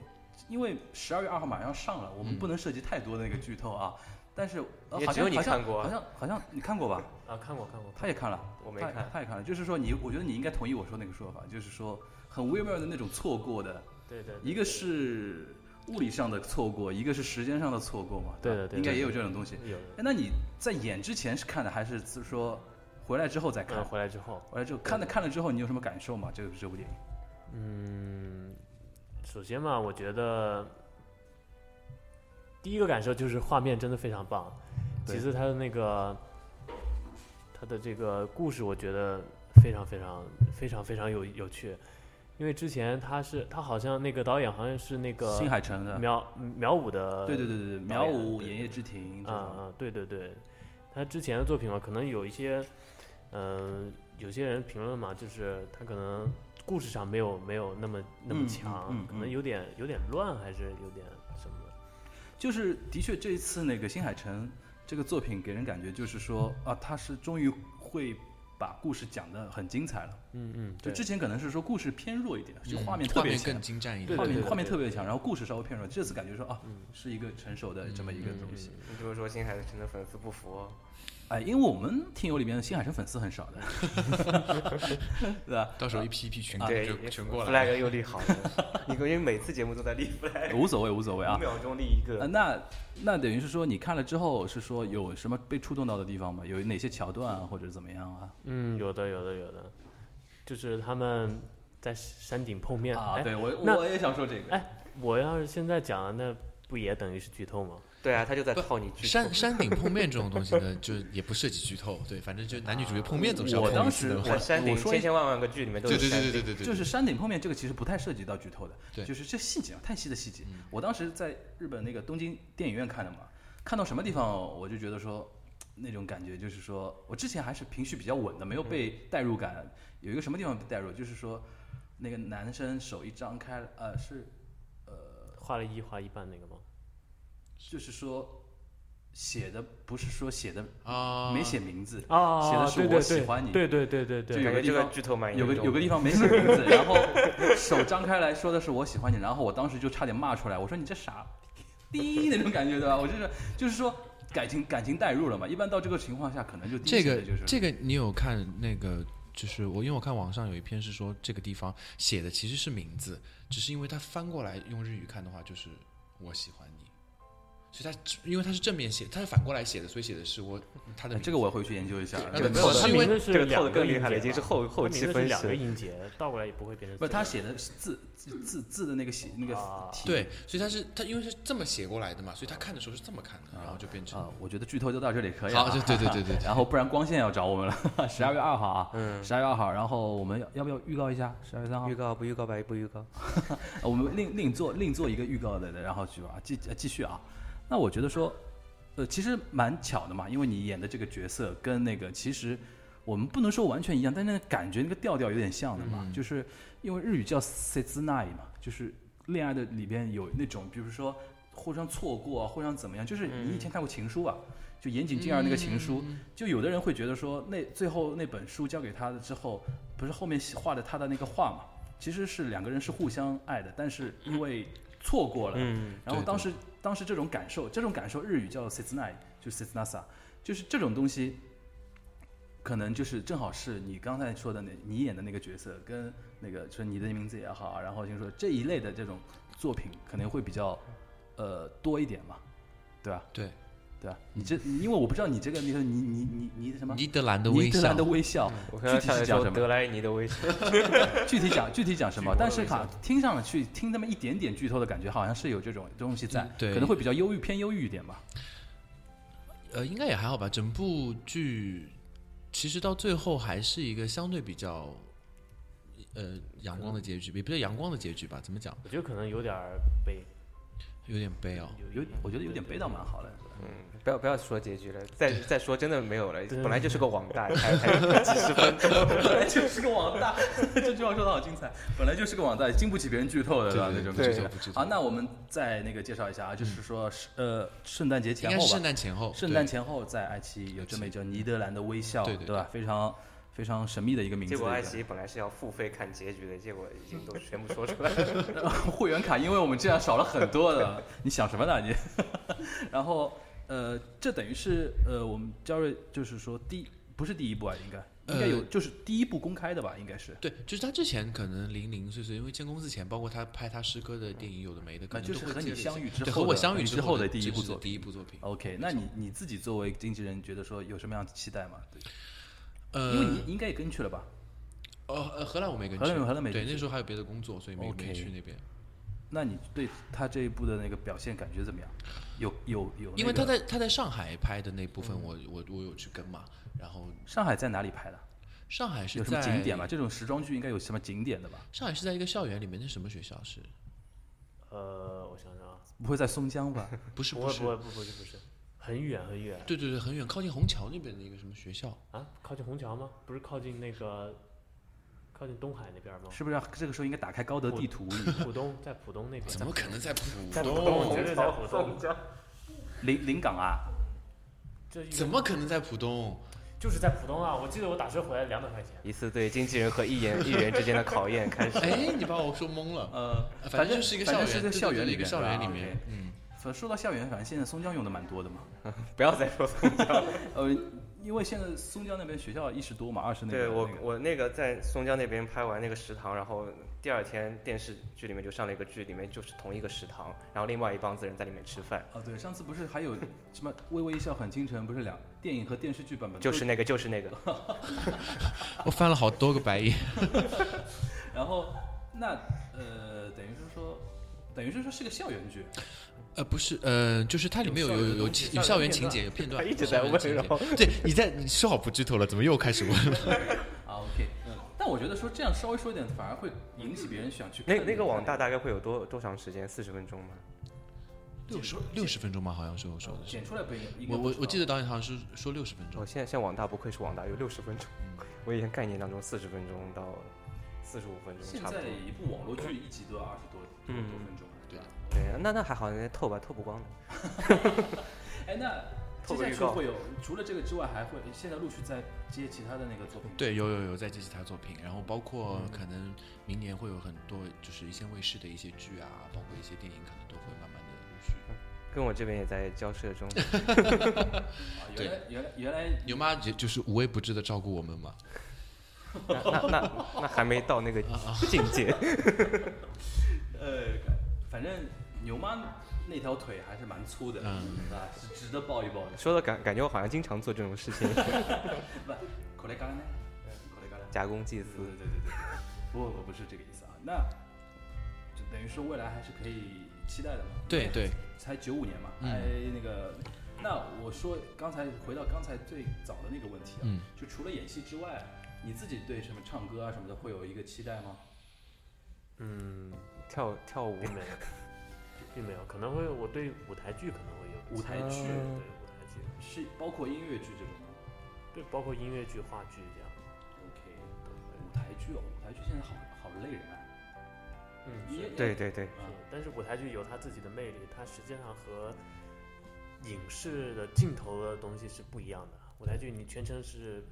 因为十二月二号马上要上了，我们嗯不能涉及太多的那个剧透啊。但是、呃、也好只有像你好像看过啊好像好像你看过吧？啊，看过看过，他也看了，我没他也看他也看了。就是说你，我觉得你应该同意我说那个说法，就是说很微妙的那种错过的，对啊对，对一个是物理上的错过，一个是时间上的错过嘛。吧对的对的应该也有这种东西。有哎，那你在演之前是看的，还是是说回来之后再看？呃看回来之后，回来之后看了看了之后，你有什么感受吗？这个这部电影？嗯，首先嘛，我觉得第一个感受就是画面真的非常棒，对其次它的那个它的这个故事，我觉得非常非常非常非常有有趣，因为之前他是他好像那个导演好像是那个新海诚的，苗苗舞的，对对对对对，导苗演舞《对言叶之庭》这啊种。啊，对对对，他之前的作品嘛，可能有一些，嗯、有些人评论嘛，就是他可能故事上没有没有那么那嗯嗯么强，嗯可能嗯有点有点乱，还是有点什么的。就是的确这一次那个新海诚这个作品给人感觉就是说啊，他是终于会把故事讲得很精彩了。嗯嗯，就对之前可能是说故事偏弱一点，就嗯画面特画别面强更。精湛一对点。画对面对画面对特别强，然后故事稍微偏弱。这次感觉说啊嗯，是一个成熟的这么一个东西。你这么说，新海诚的粉丝不服哦。哎，因为我们听友里面新海诚粉丝很少的， 对吧？到时候一批一批群啊对，就全过来。 flag 又立好了，你因为每次节目都 在立 flag，无所谓，无所谓啊五。秒钟立一啊，个。那那等于是说，你看了之后是说有什么被触动到的地方吗？有哪些桥段啊，或者怎么样啊？嗯，有的有的有的，就是他们在山顶碰面。啊，哎，对我那我也想说这个。我要是现在讲，那不也等于是剧透吗？对啊，他就在套你剧透山。山顶碰面这种东西呢，就也不涉及剧透，对，反正就男女主角碰面总是要我碰当一次时的嘛我看山我顶说千千万万个剧里 面都有对对山对对顶。对对对，就是山顶碰面这个其实不太涉及到剧透的，对就是这细节啊，太细的细节。我当时在日本那个东京电影院看的嘛，看到什么地方我就觉得说，那种感觉就是说我之前还是情绪比较稳的，没有被代入感。有一个什么地方被代入，就是说那个男生手一张开，呃，是画了一画一半那个吗？就是说写的不是说写的啊，没写名字，啊，写的是对我对喜对欢你对对对对对就有感个觉地这个方剧透蛮有个严重有个地方没写名字，然后手张开来说的是我喜欢你，然后我当时就差点骂出来，我说你这傻逼那种感觉对吧？我就是就是说感情感情代入了嘛，一般到这个情况下可能就第一这个时间就是这个你有看那个？就是我，因为我看网上有一篇是说这个地方写的其实是名字，只是因为它翻过来用日语看的话，就是我喜欢你，所以它因为它是正面写，它是反过来写的，所以写的是我他的哎名字这个我会去研究一下。呃这个没没有有他是因为名字是这个啊两透的更厉音害了，节已经是吧后后他名期字分析是两个了。音节，倒过来也不会变成不四个。是他写的是字字字字的那个写那个啊体对，所以它是它因为是这么写过来的嘛，所以他看的时候是这么看的，然后就变成啊，我觉得剧透就到这里可以好，了啊就。对对对对对，然后不然光线要找我们了，十二月二号啊，嗯，十二月二号，然后我们要要不要预告一下十二月三号预？告不预告吧？不预告。呃我们另另做另做一个预告的，然后去吧，继呃继续啊。那我觉得说，呃，其实蛮巧的嘛，因为你演的这个角色跟那个其实我们不能说完全一样，但那个感觉那个调调有点像的嘛，就是因为日语叫 s e z n a i 嘛，就是恋爱的里边有那种，比如说互相错过啊，互相怎么样，就是你以前看过《情书》啊。就岩井俊二那个情书，嗯就有的人会觉得说，那最后那本书交给他了之后，不是后面画的他的那个画嘛？其实是两个人是互相爱的，但是因为错过了，嗯，然后对当时当时这种感受，这种感受日语叫 “setsuna”，就是 “setsunasa”，就是这种东西，可能就是正好是你刚才说的那你演的那个角色跟那个就是你的名字也好，然后就是说这一类的这种作品可能会比较呃多一点嘛，对吧？对，对吧？你这因为我不知道你这个那个你你你你的什么尼德兰的微尼德笑兰的，微笑，我具刚体才是来讲说什么？德莱尼的微 笑，具体讲具体讲什么剧，透但了是一卡听上去听那么一点点剧透的感觉，好像是有这种东西在嗯，对可能会比较忧郁偏忧郁一点吧。呃，应该也还好吧。整部剧其实到最后还是一个相对比较呃阳光的结局，也不叫阳光的结局吧？怎么讲？我觉得可能有点儿悲，有点悲哦。有有我觉得有点悲倒蛮好的，嗯，不要不要说结局了，再再说真的没有了，对本来就是个 网大，才才几十 分钟。本来就是个网大，这句话说的好精彩，本来就是个网大，经不起别人剧透的对对吧？对那种不感知觉道不知道啊，那我们再那个介绍一下啊，就是说是呃圣诞节应前该是后吧圣，诞前后，圣对诞前后在爱奇艺有这么一个叫《尼德兰的微笑》，对对吧？非常非常神秘的一个名结字的一果个，爱奇艺本来是要付费看结局的，结果已经都全部说出来了。 会员卡，因为我们这样少了很多的。 你想什么呢你？然后呃，这等于是呃，我们嘉瑞就是说第不是第一部啊，应该应该有、呃就是第一部公开的吧，应该是。对，就是他之前可能零零碎碎，因为建功之前，包括他拍他诗歌的电影，有的没的，可那能就都是会和接你着相写遇之对后和我的相遇之后的的第一这部是作第一部作品。 OK，那你你自己作为经纪人，觉得说有什么样的期待吗？对呃，因为你应该也跟去了吧？哦，呃荷兰我没跟去，荷兰荷兰没对，跟那去时候还有别的工作，所以没没 OK 去那边。那你对他这一部的那个表现感觉怎么样？有有有、那个嗯因为他在他在上海拍的那部分，我我我有去跟嘛，然后上海在哪里拍的？上海是有什么在景点吧？？这种时装剧应该有什么景点的吧？上海是在一个校园里面，那什么学校是？呃，我想想啊，不会在松 江吧？不是不不会是不，会不不是不是，很远很远对对对，很远，靠近虹桥那边的一个什么学校？啊，靠近虹桥吗？不是靠近那个靠近东海那边吗？是不是要这个时候应该打开高德地图？浦东，在浦东那边。怎么可能在浦在浦东？东，绝对在浦东。临临港啊，这应该 怎么可能在浦东？就是在浦东啊！我记得我打车回来两百块钱。 一次对经纪人和艺人艺人之间的考验开 始。哎，你把我说 懵了。呃，反正就是一个校反园，正是在对对校园对里一个面校园是吧里面嗯 OK。所以说到校园，反正现在松江用的蛮多的嘛。不要再说。呃，因为现在松江那边学校一十多嘛，二十那个。对我那个我那个在松江那边拍完那个食堂，然后第二天电视剧里面就上了一个剧，里面就是同一个食堂，然后另外一帮子人在里面吃饭，啊，对，上次不是还有什么《微微一笑很倾城》，不是两电影和电视剧版本就都是那个就是那个。我翻了好多个白眼。然后那呃，等于是说，等于是说是个校园剧，呃，不是，呃，就是它里面有有有有情有校园情节，有片 段， 他一直在问然然后对，你在你说好不剧透了，怎么又开始问了？ 啊，OK，嗯，但我觉得说这样稍微说一点，反而会引起别人想去看那这那个看网大大概会有多多长时间？四十分钟吗？六十六十分钟吧，好像是我说的是剪。出来不应该应该我不我少我记得导演好像是说六十分哦，钟，现在现在网大不愧是网大，有六十分钟。我以前概念当中四十分钟到四十五分钟现差不在多。一部网络剧一集都要二十多多嗯多分钟，对吧？对，那那还好，那透吧透不光的。哎，那透接过下预去告会有，除了这个之外，还会现在陆续在接其他的那个作品。对，有有有在接其他作品，然后包括嗯可能明年会有很多就是一线卫视的一些剧啊，包括一些电影，可能都会慢慢的陆续。嗯跟我这边也在交涉中。啊，原对来原来原来牛妈就就是无微不至的照顾我们嘛。那那那那还没到那个境界。 呃，反正牛妈那条腿还是蛮粗的，嗯啊，是值得抱一抱的。说的感感觉我好像经常做这种事情， 不，口袋干了呢？口袋干了。假公济私对。对对对对。不，我不是这个意思啊。那就等于说未来还是可以期待的嘛。对对，才九五年嘛，嗯还那个。那我说刚才回到刚才最早的那个问题啊，嗯就除了演戏之外，你自己对什么唱歌啊什么的会有一个期待吗？嗯，跳跳舞并没有，并没有，可能会我对舞台剧可能会有舞台期剧待对舞台剧，是包括音乐剧这种吗对包括音乐剧、话剧这样。 ？OK，舞台剧哦，舞台剧现在好好累人啊。嗯你也对对对，啊，但是舞台剧有它自己的魅力，它实际上和影视的镜头的东西是不一样的。舞台剧你全程是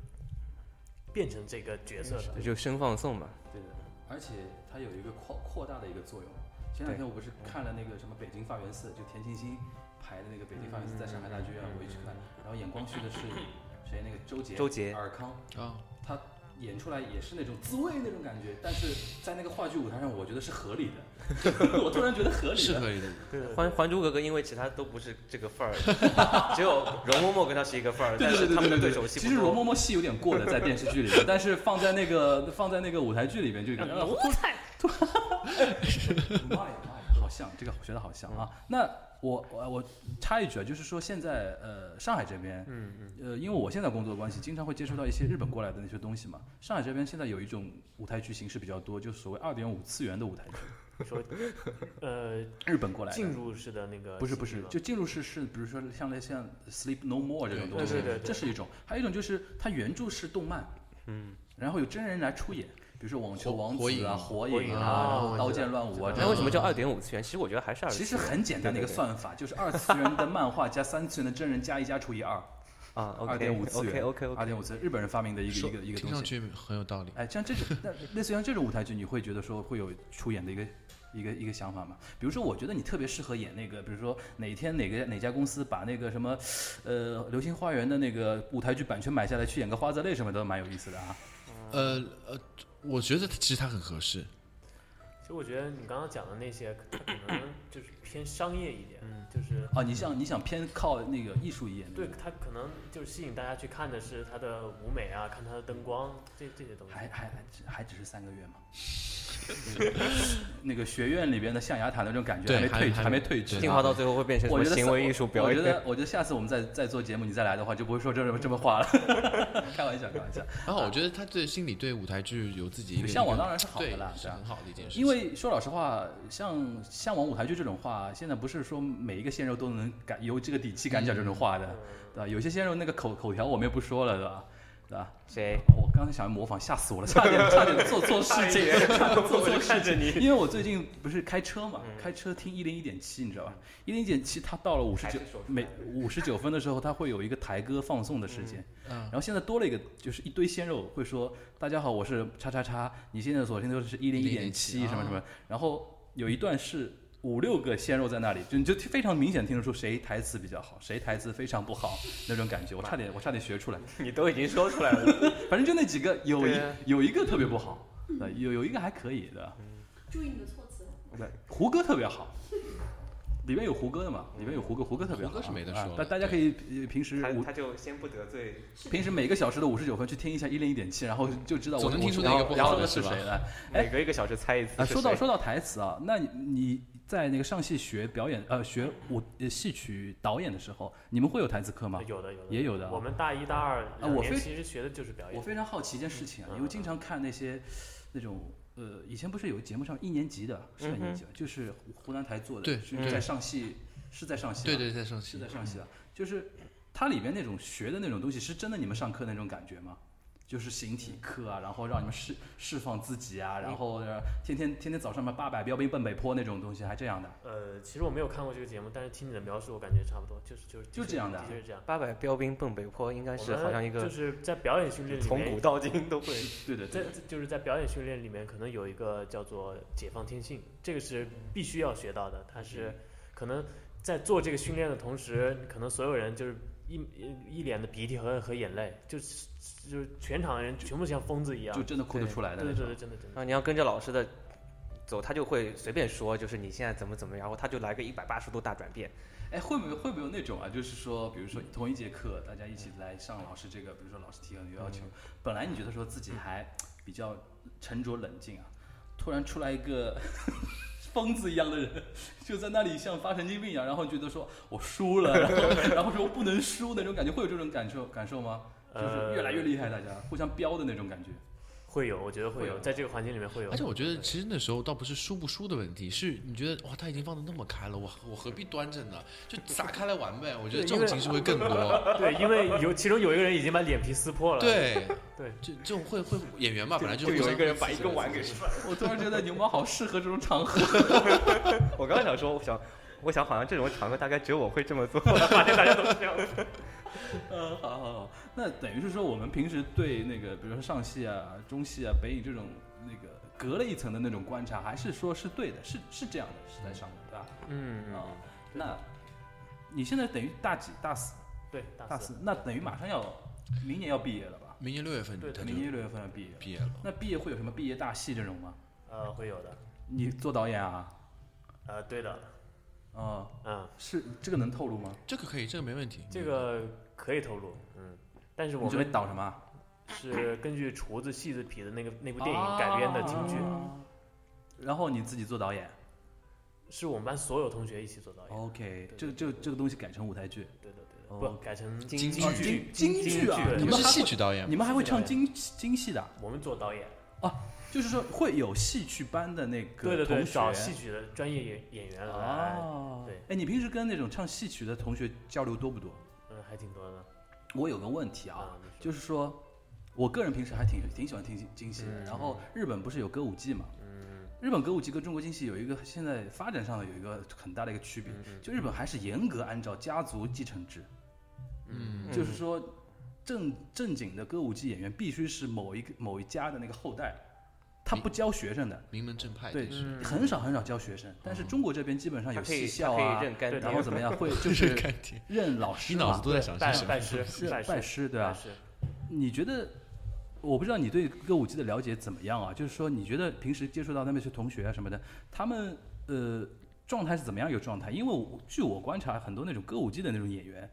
变成这个角色的，就生放送嘛。对的，而且它有一个扩扩大的一个作用。前两天我不是看了那个什么《北京发源寺》，就田沁鑫排的那个《北京发源寺》在上海大剧院，我一直看。然后演光绪的是谁？那个周杰。周杰尔康，啊，他演出来也是那种滋味那种感觉，但是在那个话剧舞台上，我觉得是合理的。 我突然觉得合理是的。可以的。对对《对还还珠格格》因为其他都不是这个范儿， 只有容嬷嬷跟她是一个范儿，对但对是对他对们的对对对手戏其实不容多。嬷嬷戏有点过了，在电视剧里面，但是放在那个放在那个舞台剧里 面就感呃觉我 操，妈呀妈呀，好像这个学的好像啊。那我我我插一句啊，就是说现在呃上海这边，嗯嗯，呃，因为我现在工作的关系，经常会接触到一些日本过来的那些东西嘛。上海这边现在有一种舞台剧形式比较多，就是所谓二点五次元的舞台剧，说呃日本过来的进入式的那个不是戏不是吗，就进入式是，比如说像类像 Sleep No More 这种东西，对对对对这是一种；还有一种就是它原著是动漫，嗯，然后有真人来出演，比如说网球火王火子啊、影火火影影啊啊，然后我刀知道剑乱舞啊，那这知道种哎为什么叫二点五次元？其实我觉得还是二其次实很简单的一个对对对算法，就是二次元的漫画加三次元的真人加一加除以二，啊二点五次元 OK 哎 OK 二 OK，点五次元日本人发明的一个说一个一个听东上西。去很有道理。哎，像这种，那类似于像这种舞台剧，你会觉得说会有出演的一个一个一个想法吗？比如说，我觉得你特别适合演那个，比如说哪天哪个哪家公司把那个什么，呃，《流星花园》的那个舞台剧版权买下来，去演个花泽类什么的，蛮有意思的啊。呃呃，我觉得其实它很合适。其实我觉得你刚刚讲的那些，它可能就是偏商业一点，嗯就是啊，你想你想偏靠那个艺术一点的，对它可能就是吸引大家去看的是它的舞美啊，看它的灯光这这些东西。还还还只还只是三个月嘛。 那个学院里边的象牙塔那种感觉对还没还退还还没没退去对啊，进化到最后会变成什我么觉得行为艺术表我觉演 得？我觉得下次我们再再做节目，你再来的话就不会说这么这么话了。开玩笑，开玩笑。然后我觉得他对心里对舞台剧有自己一个向往一个当然是好的对啦是对啊很好的一件事情。因为说老实话，像向往舞台剧这种话，现在不是说每一个鲜肉都能敢有这个底气敢讲这种话的，对吧？有些鲜肉那个口口条我们也不说了，对吧？对吧？哎谁？我刚才想模仿，吓死我了，差点差点做错事情，差点做错事情。 因为我最近不是开车嘛，嗯开车听一零一点七，你知道吧？一零一点七，它到了五十还九是说出来每五十九分的时候，它会有一个台歌放送的时间。嗯然后现在多了一个，就是一堆鲜肉会说：“大家好，我是叉叉叉，你现在所听的是一零一点七哦101.7什么什么。”然后有一段是五六个鲜肉在那里，就你就非常明显听得出谁台词比较好，谁台词非常不好那种感觉。我差点，我差点学出来。你都已经说出来了，反正就那几个，有一对啊有一个特别不好，呃有有一个还可以的，嗯注意你的措辞。对，胡歌特别好， 里面有胡歌的嘛，里面有胡歌，胡歌特别好啊，胡歌是没得啊说大的大家可以呃平时他五他就先不得罪，平时每个小时的五十九分去听一下一零一点七，然后就知道我总能听我出然哪个后不然好后的是 是吧谁了。哎每隔一个小时猜一次啊，是说到谁说到台词啊，那你你在那个上戏学表演呃学舞呃戏曲导演的时候，你们会有台词课吗？有的有的也有的啊啊我们大一大二两我年非其实学的就是表我演，非常好奇一件事情啊，嗯因为经常看那些那种呃，以前不是有节目上一年级的，是在一年级吧，就是湖南台做的，对是嗯在上戏，是在上戏，对，对，在上是戏在上戏啊，就是它里边那种学的那种东西，是真的你们上课那种感觉吗？就是形体课啊，然后让你们释释放自己啊，然后呃天天天天早上嘛八百标兵奔北坡那种东西，还这样的。呃，其实我没有看过这个节目，但是听你的描述，我感觉差不多，就是就是就这样的啊的确是这样。八百标兵奔北坡应该我是们好像一就个是在表演训练里从古面，到今都会对对在对，就是在表演训练里面，可能有一个叫做解放天性，这个是必须要学到的。它是可能在做这个训练的同时，可能所有人就是一一一脸的鼻涕和和眼泪，就是就是全场人全部像疯子一样就。真的哭得出来对的对那对种。对，真的真的。啊，你要跟着老师的走，他就会随便说，就是你现在怎么怎么，然后他就来个一百八十度大转变。哎，会不会会不会有那种啊？就是说，比如说同一节课，大家一起来上老师这个，比如说老师提很多要求，本来你觉得说自己还比较沉着冷静啊，突然出来一个 疯子一样的人，就在那里像发神经病一样，然后觉得说我输了， 然后然后说我不能输那种感觉，会有这种感受感受吗？就是越来越厉害，大家互相飙的那种感觉。会有，我觉得会会有，有在这个环境里面会有。而且我觉得，其实那时候倒不是输不输的问题，是你觉得哇，他已经放的那么开了，我我何必端着呢？就撒开来玩呗。我觉得这种情绪会更多。对，因为有其中有一个人已经把脸皮撕破了。对对，就这种会会演员嘛，本来就就有互一相个人把一根碗给摔。我突然觉得牛毛好适合这种场合。我刚刚想说，我想，我想好像这种场合大概只有我会这么做，反正大家都是这样。嗯，好好好，那等于是说我们平时对那个，比如说上戏啊、中戏啊、北影这种那个隔了一层的那种观察，还是说是对的，是是这样的，是在上面对吧？嗯啊、那你现在等于大几？大四，对，大大四四，那等于马上要明年要毕业了吧？明年六月份对他就明年六月份要毕业，毕业了。那毕业会有什么毕业大戏这种吗？呃会有的，你做导演啊？呃对的，啊、嗯，是这个能透露吗？这个可以，这个没问题。这个可以透露，嗯，但是我你准备们导什么啊？是根据厨子戏子痞的那个那部电哦影改编的京剧，啊然后你自己做导演。是我们班所有同学一起做导演， OK，哎对这个这个这个东西改成舞台剧，对的对哦的，不改成京剧剧京京剧啊剧，你你们们是还戏会剧导演吗，你们还会唱京京戏的啊，我们做导演，就是说会有戏剧班的那对个对同对，学。找戏曲的专业演演员来，哦，对哎，你平时跟那种唱戏曲的同学交流多不多？嗯，还挺多的我有个问题啊，啊，你说就是说，我个人平时还挺挺喜欢听京戏的。然后日本不是有歌舞伎嘛？嗯日本歌舞伎跟中国京戏有一个现在发展上的有一个很大的一个区别，嗯就日本还是严格按照家族继承制。嗯，就是说正正经的歌舞伎演员必须是某一个某一家的那个后代，他不教学生的，名门正派。对这是嗯，很少很少教学生。但是中国这边基本上 他有可戏以，他校可啊以，认干对然后爹。怎么样 会就是看天，认老师你脑子嘛，都在想拜些什么？拜师是拜拜师师对啊拜吧？师，你觉得？我不知道你对歌舞伎的了解怎么样啊？就是说，你觉得平时接触到那边些同学啊什么的，他们呃状态是怎么样一个状态？因为我据我观察，很多那种歌舞伎的那种演员，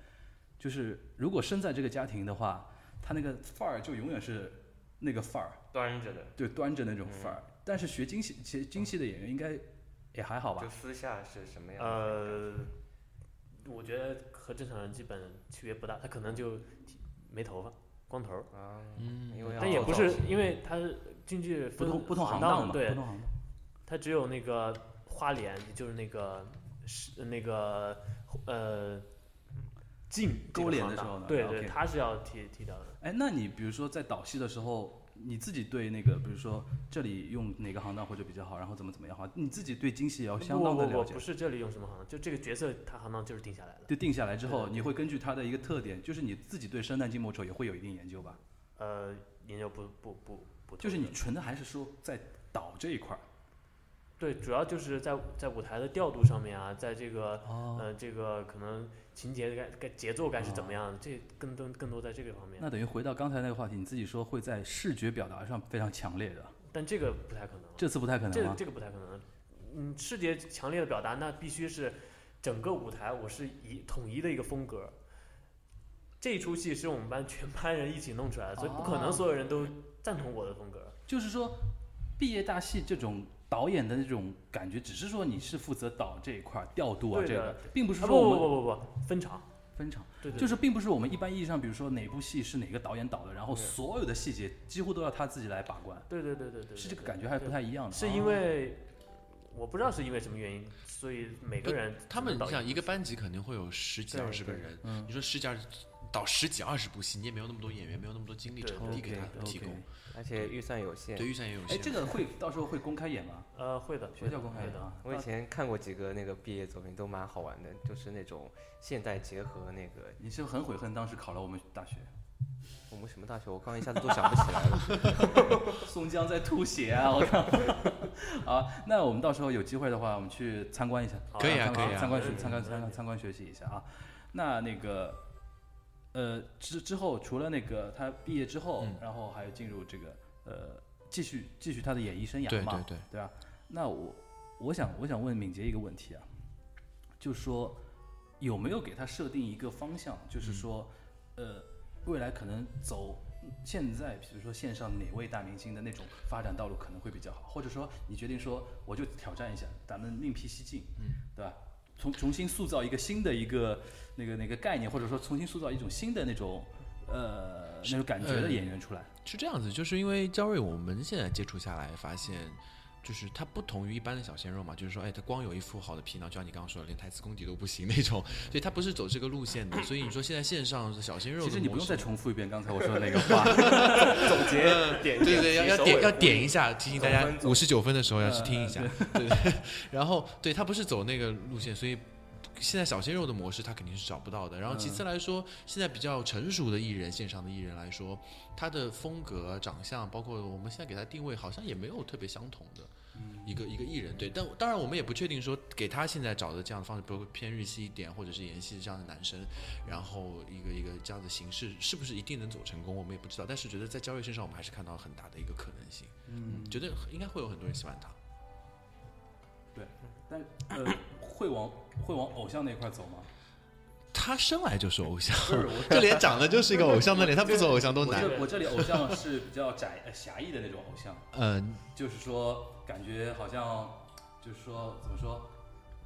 就是如果生在这个家庭的话，他那个范儿就永远是那个范儿，端着的，对，端着那种范儿。但是学京戏、学京戏的演员应该也还好吧就？私下是什么样？呃，我觉得和正常人基本区别不大，他可能就剃没头发，光头儿，啊，嗯，因为要但也做不造是型因为他是京剧不分同不同行当当的，嘛，对不，同行当。他只有那个花脸，也就是那个是那个呃进这勾个脸行的当时候呢啊对，OK 对，他是要剃剃掉的。哎，那你比如说在导戏的时候，你自己对那个，比如说这里用哪个行当或者比较好，然后怎么怎么样好，你自己对京戏也要相不当的不了不解不。是这里用什么行当，就这个角色他行当就是定下来的。就定下来之后，对对你会根据它的一个特点，就是你自己对生旦净末丑也会有一定研究吧？呃，研究不不不不同的，就是你纯的还是说在导这一块儿？对，主要就是在在舞台的调度上面啊，在这个哦，呃，这个可能情节该该节奏该是怎么样，这更多更多在这个方面。那等于回到刚才那个话题，你自己说会在视觉表达上非常强烈的，但这个不太可能，啊这次不太可能这吗？这个不太可能。嗯，视觉强烈的表达，那必须是整个舞台我是一统一的一个风格。这一出戏是我们班全班人一起弄出来的，所以不可哦能所有人都赞同我的风格。就是说，毕业大戏这种导演的那种感觉，只是说你是负责导这一块儿调度啊，对这的个并不啊是不说我不们不不不，分场，分场。对对，就是是并不是我们一般意义上，比如说哪部戏是哪个导演导的，然后所有的细节几乎都要他自己来把关，对对对对对，是对这个对感觉哦还是不太一样的。是因为我不知道是因为什么原因，所以每个对人他们，导你想演一个班级肯定会有十几对二十个对人，嗯你说十几二十导十几二十部戏，你也没有那么多演员，没有那么多精力对场地给他 OK，OK 提供，而且预算有限对。预算也有哎，限。这个会到时候会公开演吗？呃，会的，学校公开演的。啊？我以前看过几个那个毕业作品，都蛮好玩的，就是那种现代结合那个你是不是很悔恨当时考了我们大学？我们什么大学，我刚一下子都想不起 来了。 松江在吐血啊！我靠！ 好，那我们到时候有机会的话，我们去参观一下。好可以啊参观可以啊参观学嗯参观没参问观题参观学习一下啊。那那个，呃，之之后除了那个他毕业之后，嗯然后还有进入这个呃，继续继续他的演艺生涯对嘛，对对，对吧？那我我想我想问敏捷一个问题啊，就说有没有给他设定一个方向，嗯就是说，呃，未来可能走现在比如说线上哪位大明星的那种发展道路可能会比较好，或者说你决定说我就挑战一下，咱们另辟蹊径，嗯，对吧？重重新塑造一个新的一个那个那个概念，或者说重新塑造一种新的那种呃那种感觉的呃演员出来，是这样子，就是因为焦瑞，我们现在接触下来发现，就是他不同于一般的小鲜肉嘛，就是说，哎，他光有一副好的皮囊，就像你刚刚说的，连台词功底都不行那种， 对他不是走这个路线的。所以你说现在线上的小鲜肉的其实模式，你不用再重复一遍刚才我说的 那个话。总结点对对，要要点要点一下，提醒大家总嗯分五十九分的时候要去呃听一呃下。对 对，然后对他不是走那个路线，所以现在小鲜肉的模式他肯定是找不到的。然后其嗯次来说，现在比较成熟的艺人，线上的艺人来说，他的风格、长相，包括我们现在给他定位，好像也没有特别相同的。嗯一个一个艺人对，但当然我们也不确定说给他现在找的这样的方式，比如偏日系一点，或者是演戏这样的男生，然后一个一个这样的形式是不是一定能走成功，我们也不知道。但是觉得在焦瑞身上，我们还是看到很大的一个可能性。嗯，觉得应该会有很多人喜欢他。但呃，会往会往偶像那块走吗？他生来就是偶像，这脸长得就是一个偶像的脸，他不走偶像 都我难。这我这里偶像是比较窄呃狭义的那种偶像，嗯，就是说感觉好像就是说怎么说，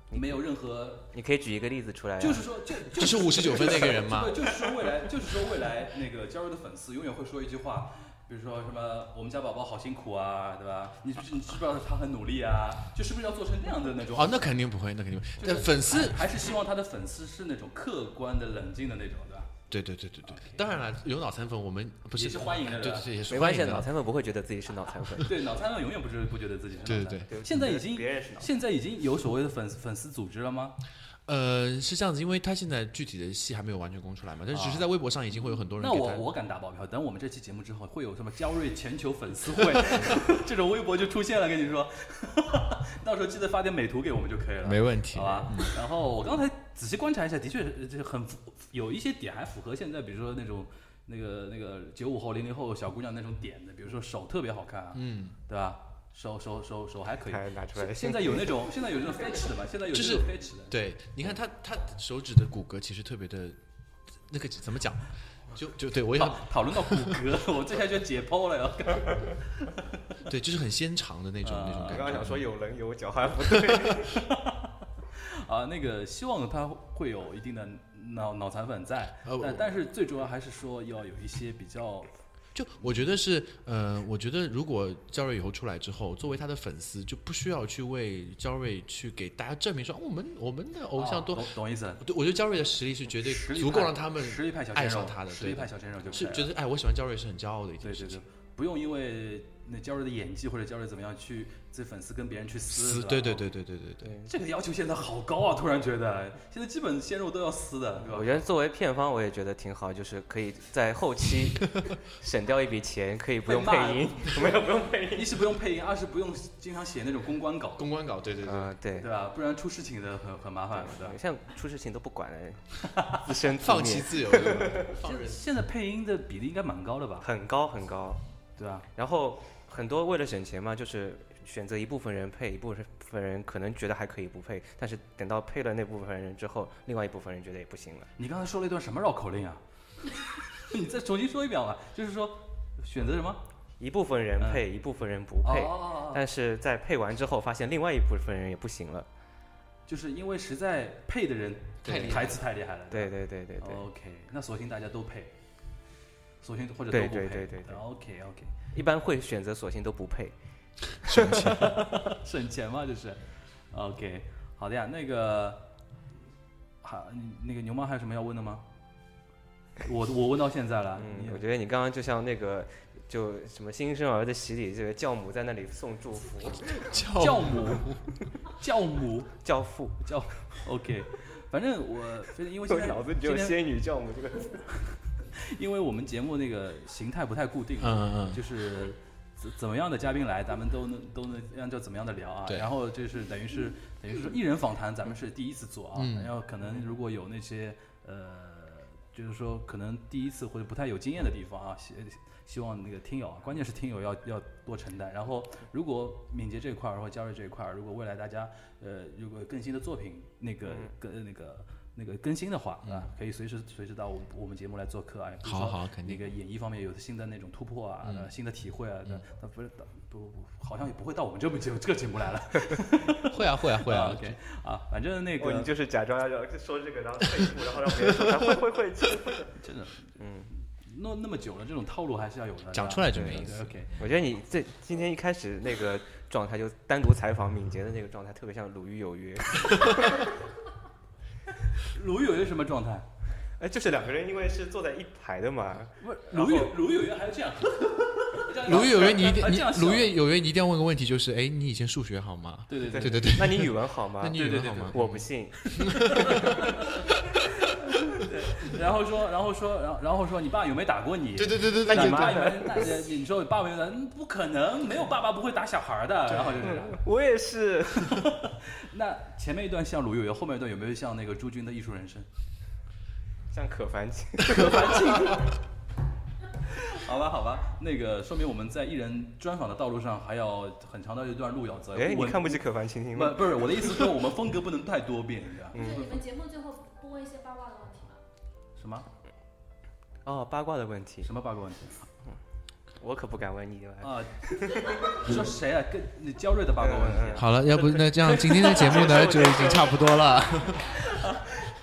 没有任何，你可以举一个例子出来、啊。就是说就这哎是五十九分那个人吗对，？就是说未来就是说未来那个加入的粉丝永远会说一句话。比如说什么，我们家宝宝好辛苦啊，对吧？你你知不知道他很努力啊？就是不是要做成那样的那种？哦，那肯定不会，那肯定不会。但粉丝还是希望他的粉丝是那种客观的、冷静的那种，对吧？对对对对对，当然了，有脑残粉，我们不是也是欢迎的对对吧对对，也是没关系的，欢迎脑的。残粉不会觉得自己是脑残粉。对，脑残粉永远不知不觉得自己是脑残对粉。对对，对 现在已经别人是脑残现在已经有所谓的粉丝粉丝组织了吗？呃，是这样子，因为他现在具体的戏还没有完全公出来嘛，但是只是在微博上已经会有很多人那给我他。我敢打包票，等我们这期节目之后，会有什么焦瑞全球粉丝 会 这种微博就出现了，跟你说， 到时候记得发点美图给我们就可以了，没问题嗯好。吧？然后我刚才仔细观察一下，的确是这很符有一些点还符合现在，比如说那种那个那个九五后、零零后小姑娘那种点的，比如说手特别好看啊，嗯，对吧？手手手手还可以。还拿出来 现在有那种现在有那种 fetch 的嘛？现在有就那是种 fetch 的。对，你看他他手指的骨骼其实特别的，那个怎么讲？就就对我讨想讨论到骨骼， 我这下就解剖了要干对，就是很纤长的那种、那种啊感觉。有棱有角，还不对。 啊，那个希望他会有一定的脑脑残粉在，呃我但但是最主要还是说要有一些比较就我觉得是，呃，我觉得如果焦瑞以后出来之后，作为他的粉丝，就不需要去为焦瑞去给大家证明说，哦我们我们的偶像多。啊懂懂意思了？对，我觉得焦瑞的实力是绝对实力足够派让他们实力派小鲜爱肉上他的，实力对，派小鲜肉就可以是了觉得哎，我喜欢焦瑞是很骄傲的一件对事对情对。，不用因为那焦瑞的演技或者焦瑞怎么样去这粉丝跟别人去撕，对吧对。对对对对对。这个要求现在好高啊！突然觉得，现在基本鲜肉都要撕的，对吧 我？觉得作为片方，我也觉得挺好，就是可以在后 期省掉一笔钱，可以不用配音。 一是不用配音，二是不用经常写那种公关稿，公关稿，对呃对对。嗯，对 对。吧？不然出事情的很很麻烦，对吧？像出事情都不管了， 自身自放灭弃自由，对吧放任。现在配音的比例应该蛮高的吧？很高很高。对吧？然后很多为了省钱嘛，就是选择一部分人配，一部分人可能觉得还可以不配，但是等到配了那部分人之后，另外一部分人觉得也不行了。你刚才说了一段什么绕口令啊？ 你再重新说一遍吧，就是说选择什么？一部分人配，一部分人不配，哦哦哦，但是在配完之后，发现另外一部分人也不行了。就是因为实在配的人太厉害台词太厉害了。对对对对对， OK，那索性大家都配，索性或者都对不配。对对对对 OK OK，一般会选择索性都不配。 省钱嘛，这是。OK，好的呀，那个，好，你那个牛妈还有什么要问的吗？我我问到现在了，嗯你，我觉得你刚刚就像那个，就什么新生儿的洗礼，这个教母在那里送祝福，教母，教母，教父，教，OK，反正我就是因为现我 在脑子只有今天仙女教母这个词。因为我们节目那个形态不太固定，嗯嗯就是怎怎么样的嘉宾来，咱们都能都能按照怎么样的聊啊。对然后就是等于是等于是艺人访谈，咱们是第一次做啊。嗯然后可能如果有那些呃，就是说可能第一次或者不太有经验的地方啊，希希望那个听友啊，关键是听友要要多承担。然后如果敏捷这一块儿或者嘉瑞这一块儿，如果未来大家呃如果有更新的作品那个嗯跟那个。那个更新的话啊，可以随时随时到我们我们节目来做客啊，比如嗯好说好肯定那个演艺方面有新的那种突破啊，嗯呃新的体会啊，那那不是到不不，好像也不会到我们这部节目这个节目来了，嗯，会啊会啊会啊， ，OK 啊，反正那哦，你个就是假装要要说这个，然后退一步，然后让别人说他会会会会会的。真的嗯，弄那么久了，这种套路还是要有的，讲出来来就没意思。 ，OK，我觉得你这今天一开始那个状态，就单独采访敏捷的那个状态，特别像《鲁豫有约》。鲁豫有约什么状态？哎，就是两个人因为是坐在一排的嘛，不是然鲁后豫鲁豫有约还是这样， 这样鲁豫有约，你一定还 你这样想鲁豫有约，你一定要问个问题，就是哎，你以前数学好吗？对对对对，对对，那你语文好吗那？你语文好吗？我不信，然后说然后说然后然后说你爸有没有打过你？ 对对对对那对那你你对，妈爸有没有那那你说你爸有没有打？嗯不可能，没有爸爸不会打小孩的，然后就是这样。我也是。那前面一段像鲁豫有约，后面一段有没有像那个朱军的艺术人生？像可凡姐，好吧，好吧，那个说明我们在艺人专访的道路上还要很长的一段路要走。 哎，你呃我看不起可凡青青吗不？不是我的意思，说我们风格不能太多变，对吧？对，你们节目最后不问一些八卦的问题吗？什么哦，八卦的问题，什么八卦问题我可不敢问你了。啊？ 说谁啊？跟你焦瑞的八卦问哎嗯题、啊， 好了，要不那这样今天的节 目呢就已经差不多了。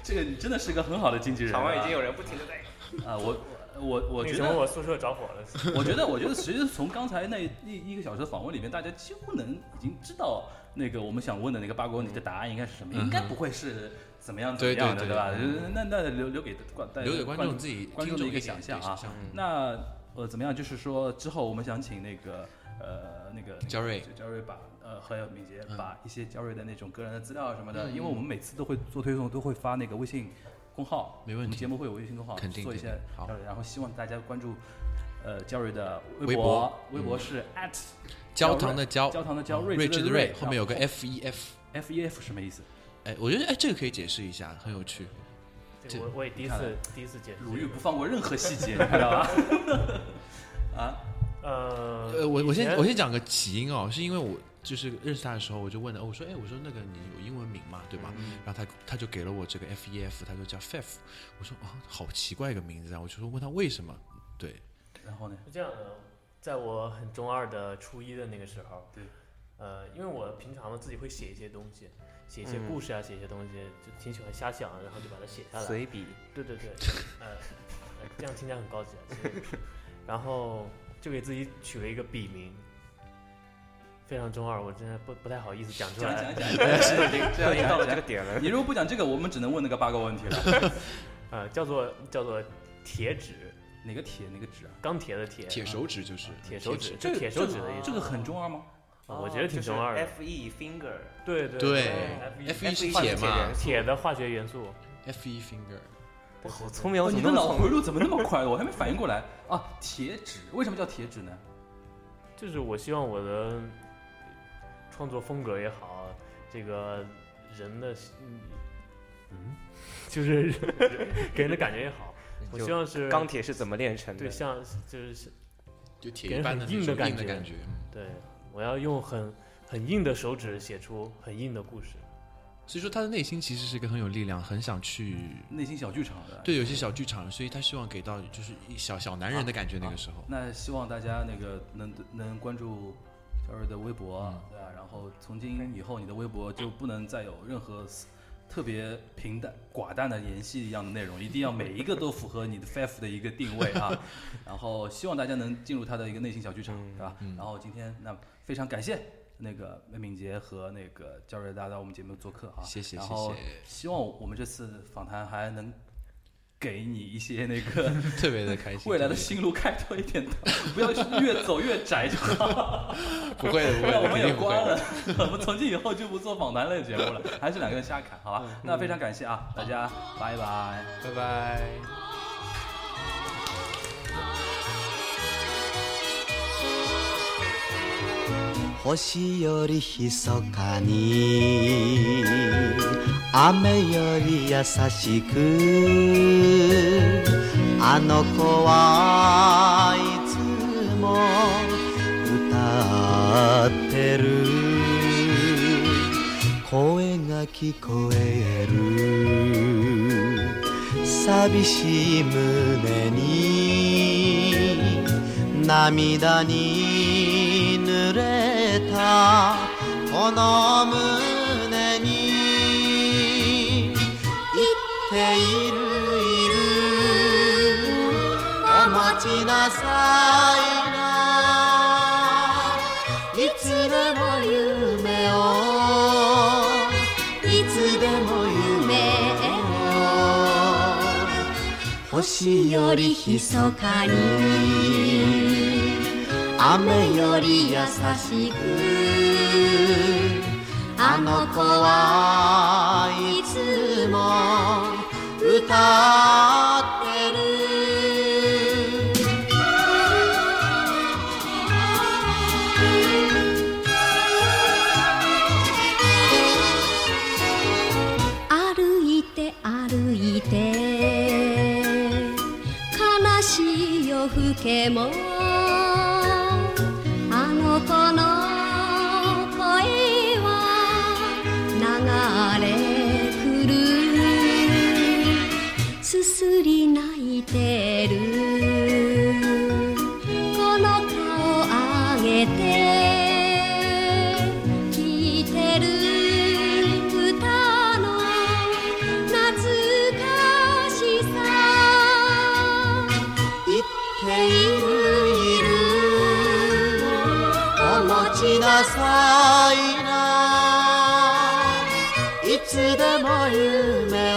这个你真的是个很好的经纪人、啊。场外已经有人不停的在。啊，我我我那觉什么，得，我宿舍着火了。 我觉得，我觉得，其实从刚才那一一个小时的访问里面，大家几乎能已经知道那个我们想问的那个八卦问题的答案应该是什么，嗯哼应该不会是怎么样怎么样的，对对对吧？就是那那留留给观留给观众自己观众的一个想象啊。那呃，怎么样？就是说之后我们想请那个呃那个那个焦瑞焦瑞把呃还有敏捷嗯把一些焦瑞的那种个人的资料什么的，嗯因为我们每次都会做推送，都会发那个微信公号，没问题我们节目会有微信公号，肯定做一肯些定好焦瑞，呃然后希望大家关注。呃，焦瑞的微微博嗯博，微博是 at 焦糖的焦，焦糖的焦，睿智智的睿，睿，后面有个 F E F。 F E F 什么意思？哎，我觉得哎，这个可以解释一下，很有趣。这个我我也第一次第一次解释。鲁豫不放过任何细节，你看到吧？啊，呃呃，我我以先前我先讲个起因哦，是因为我就是认识他的时候，我就问他，哦我说，哎，我说那个你有英文名嘛，对吧？然后他他就给了我这个 F E F，他说叫 Fef，我说啊，好奇怪一个名字啊，我就说问他为什么，对，然 后呢？是这样的，在我很中二的初一的那个时候，对，呃，因为我平常自己会写一些东西，写一些嗯故事啊，写一些东西，就挺喜欢瞎想，然后就把它写下来。随笔，对对对，呃，呃这样听起来很高级啊。其实 然后就给自己取了一个笔名，非常中二，我真的不不太好意思讲出讲来讲。 讲，讲已经都已 经到了这个点了。啊你如果不讲这个，我们只能问那个八卦问题了。呃，叫做叫做铁指，哪个铁哪个纸啊？钢铁的铁，铁手指就是铁手指，这就个铁手指的意思这。个很中二吗？啊我觉得挺中二的。 F E finger，对对对，F ，F E E 是换铁成嘛人铁的化学元素。 ，F E finger，我好聪明，我哦怎你么那的么脑聪回明？路怎么那么快？我还没反应过来啊！铁纸为什么叫铁纸呢？就是我希望我的创作风格也好，这个人的，嗯，嗯就是 给人的感觉也好，我希望是钢铁是怎么炼成的对，？像就是就给铁一人般很的那硬种的感硬的觉感觉，嗯对，我要用很很硬的手指写出很硬的故事。所以说他的内心其实是一个很有力量，很想去。内心小剧场的。对，有些小剧场，所以他希望给到就是一小小男人的感觉。那个时候，那希望大家那个能能关注小瑞的微博，嗯对吧、然后从今以后，你的微博就不能再有任何私特别平淡、寡淡的演戏一样的内容，一定要每一个都符合你的 FF 的一个定位 啊。然后希望大家能进入他的一个内心小剧场，嗯对吧？然后今天那非常感谢。那个梅敏杰和那个焦瑞达到我们节目做客啊，谢谢然后谢谢希望我们这次访谈还能给你一些那个特别的开心。未来的特别新路开拓一点的，不要越走越窄就 好。不会的，不 会让我的，们肯也定不会关的。了，我们从今以后就不做访谈类节目了，还是两个人瞎侃，好吧？嗯那非常感谢啊，大家拜拜。拜拜。星よりひそかに雨より優しくあの子はいつも歌ってる声が聞こえる寂しい胸に涙に濡れたこの胸に言っているいるお待ちなさいないつでも夢をいつでも夢を星よりひそかに雨より優しくあの子はいつも歌ってる歩いて歩いて悲しい夜更けもあの子の声は流れ来るすすり泣いてるこの顔上げて聞いてる歌の懐かしさ言っているいるお持ちなさいないつでも夢を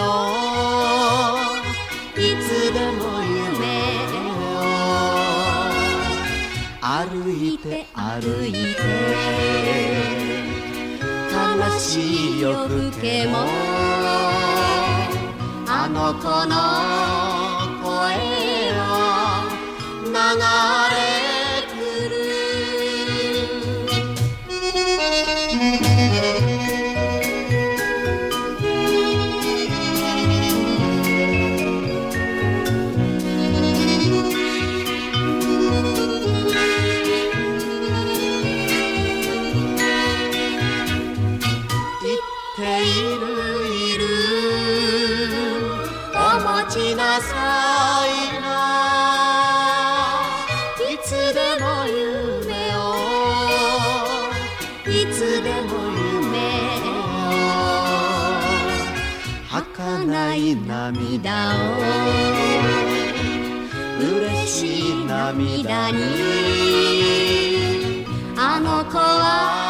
いつでも夢を歩いて歩いて悲しい夜更けもあの子の声を流れ来る言っているいるお持ちなさいないつでも夢をいつでも夢を儚い涙を嬉しい涙にあの子は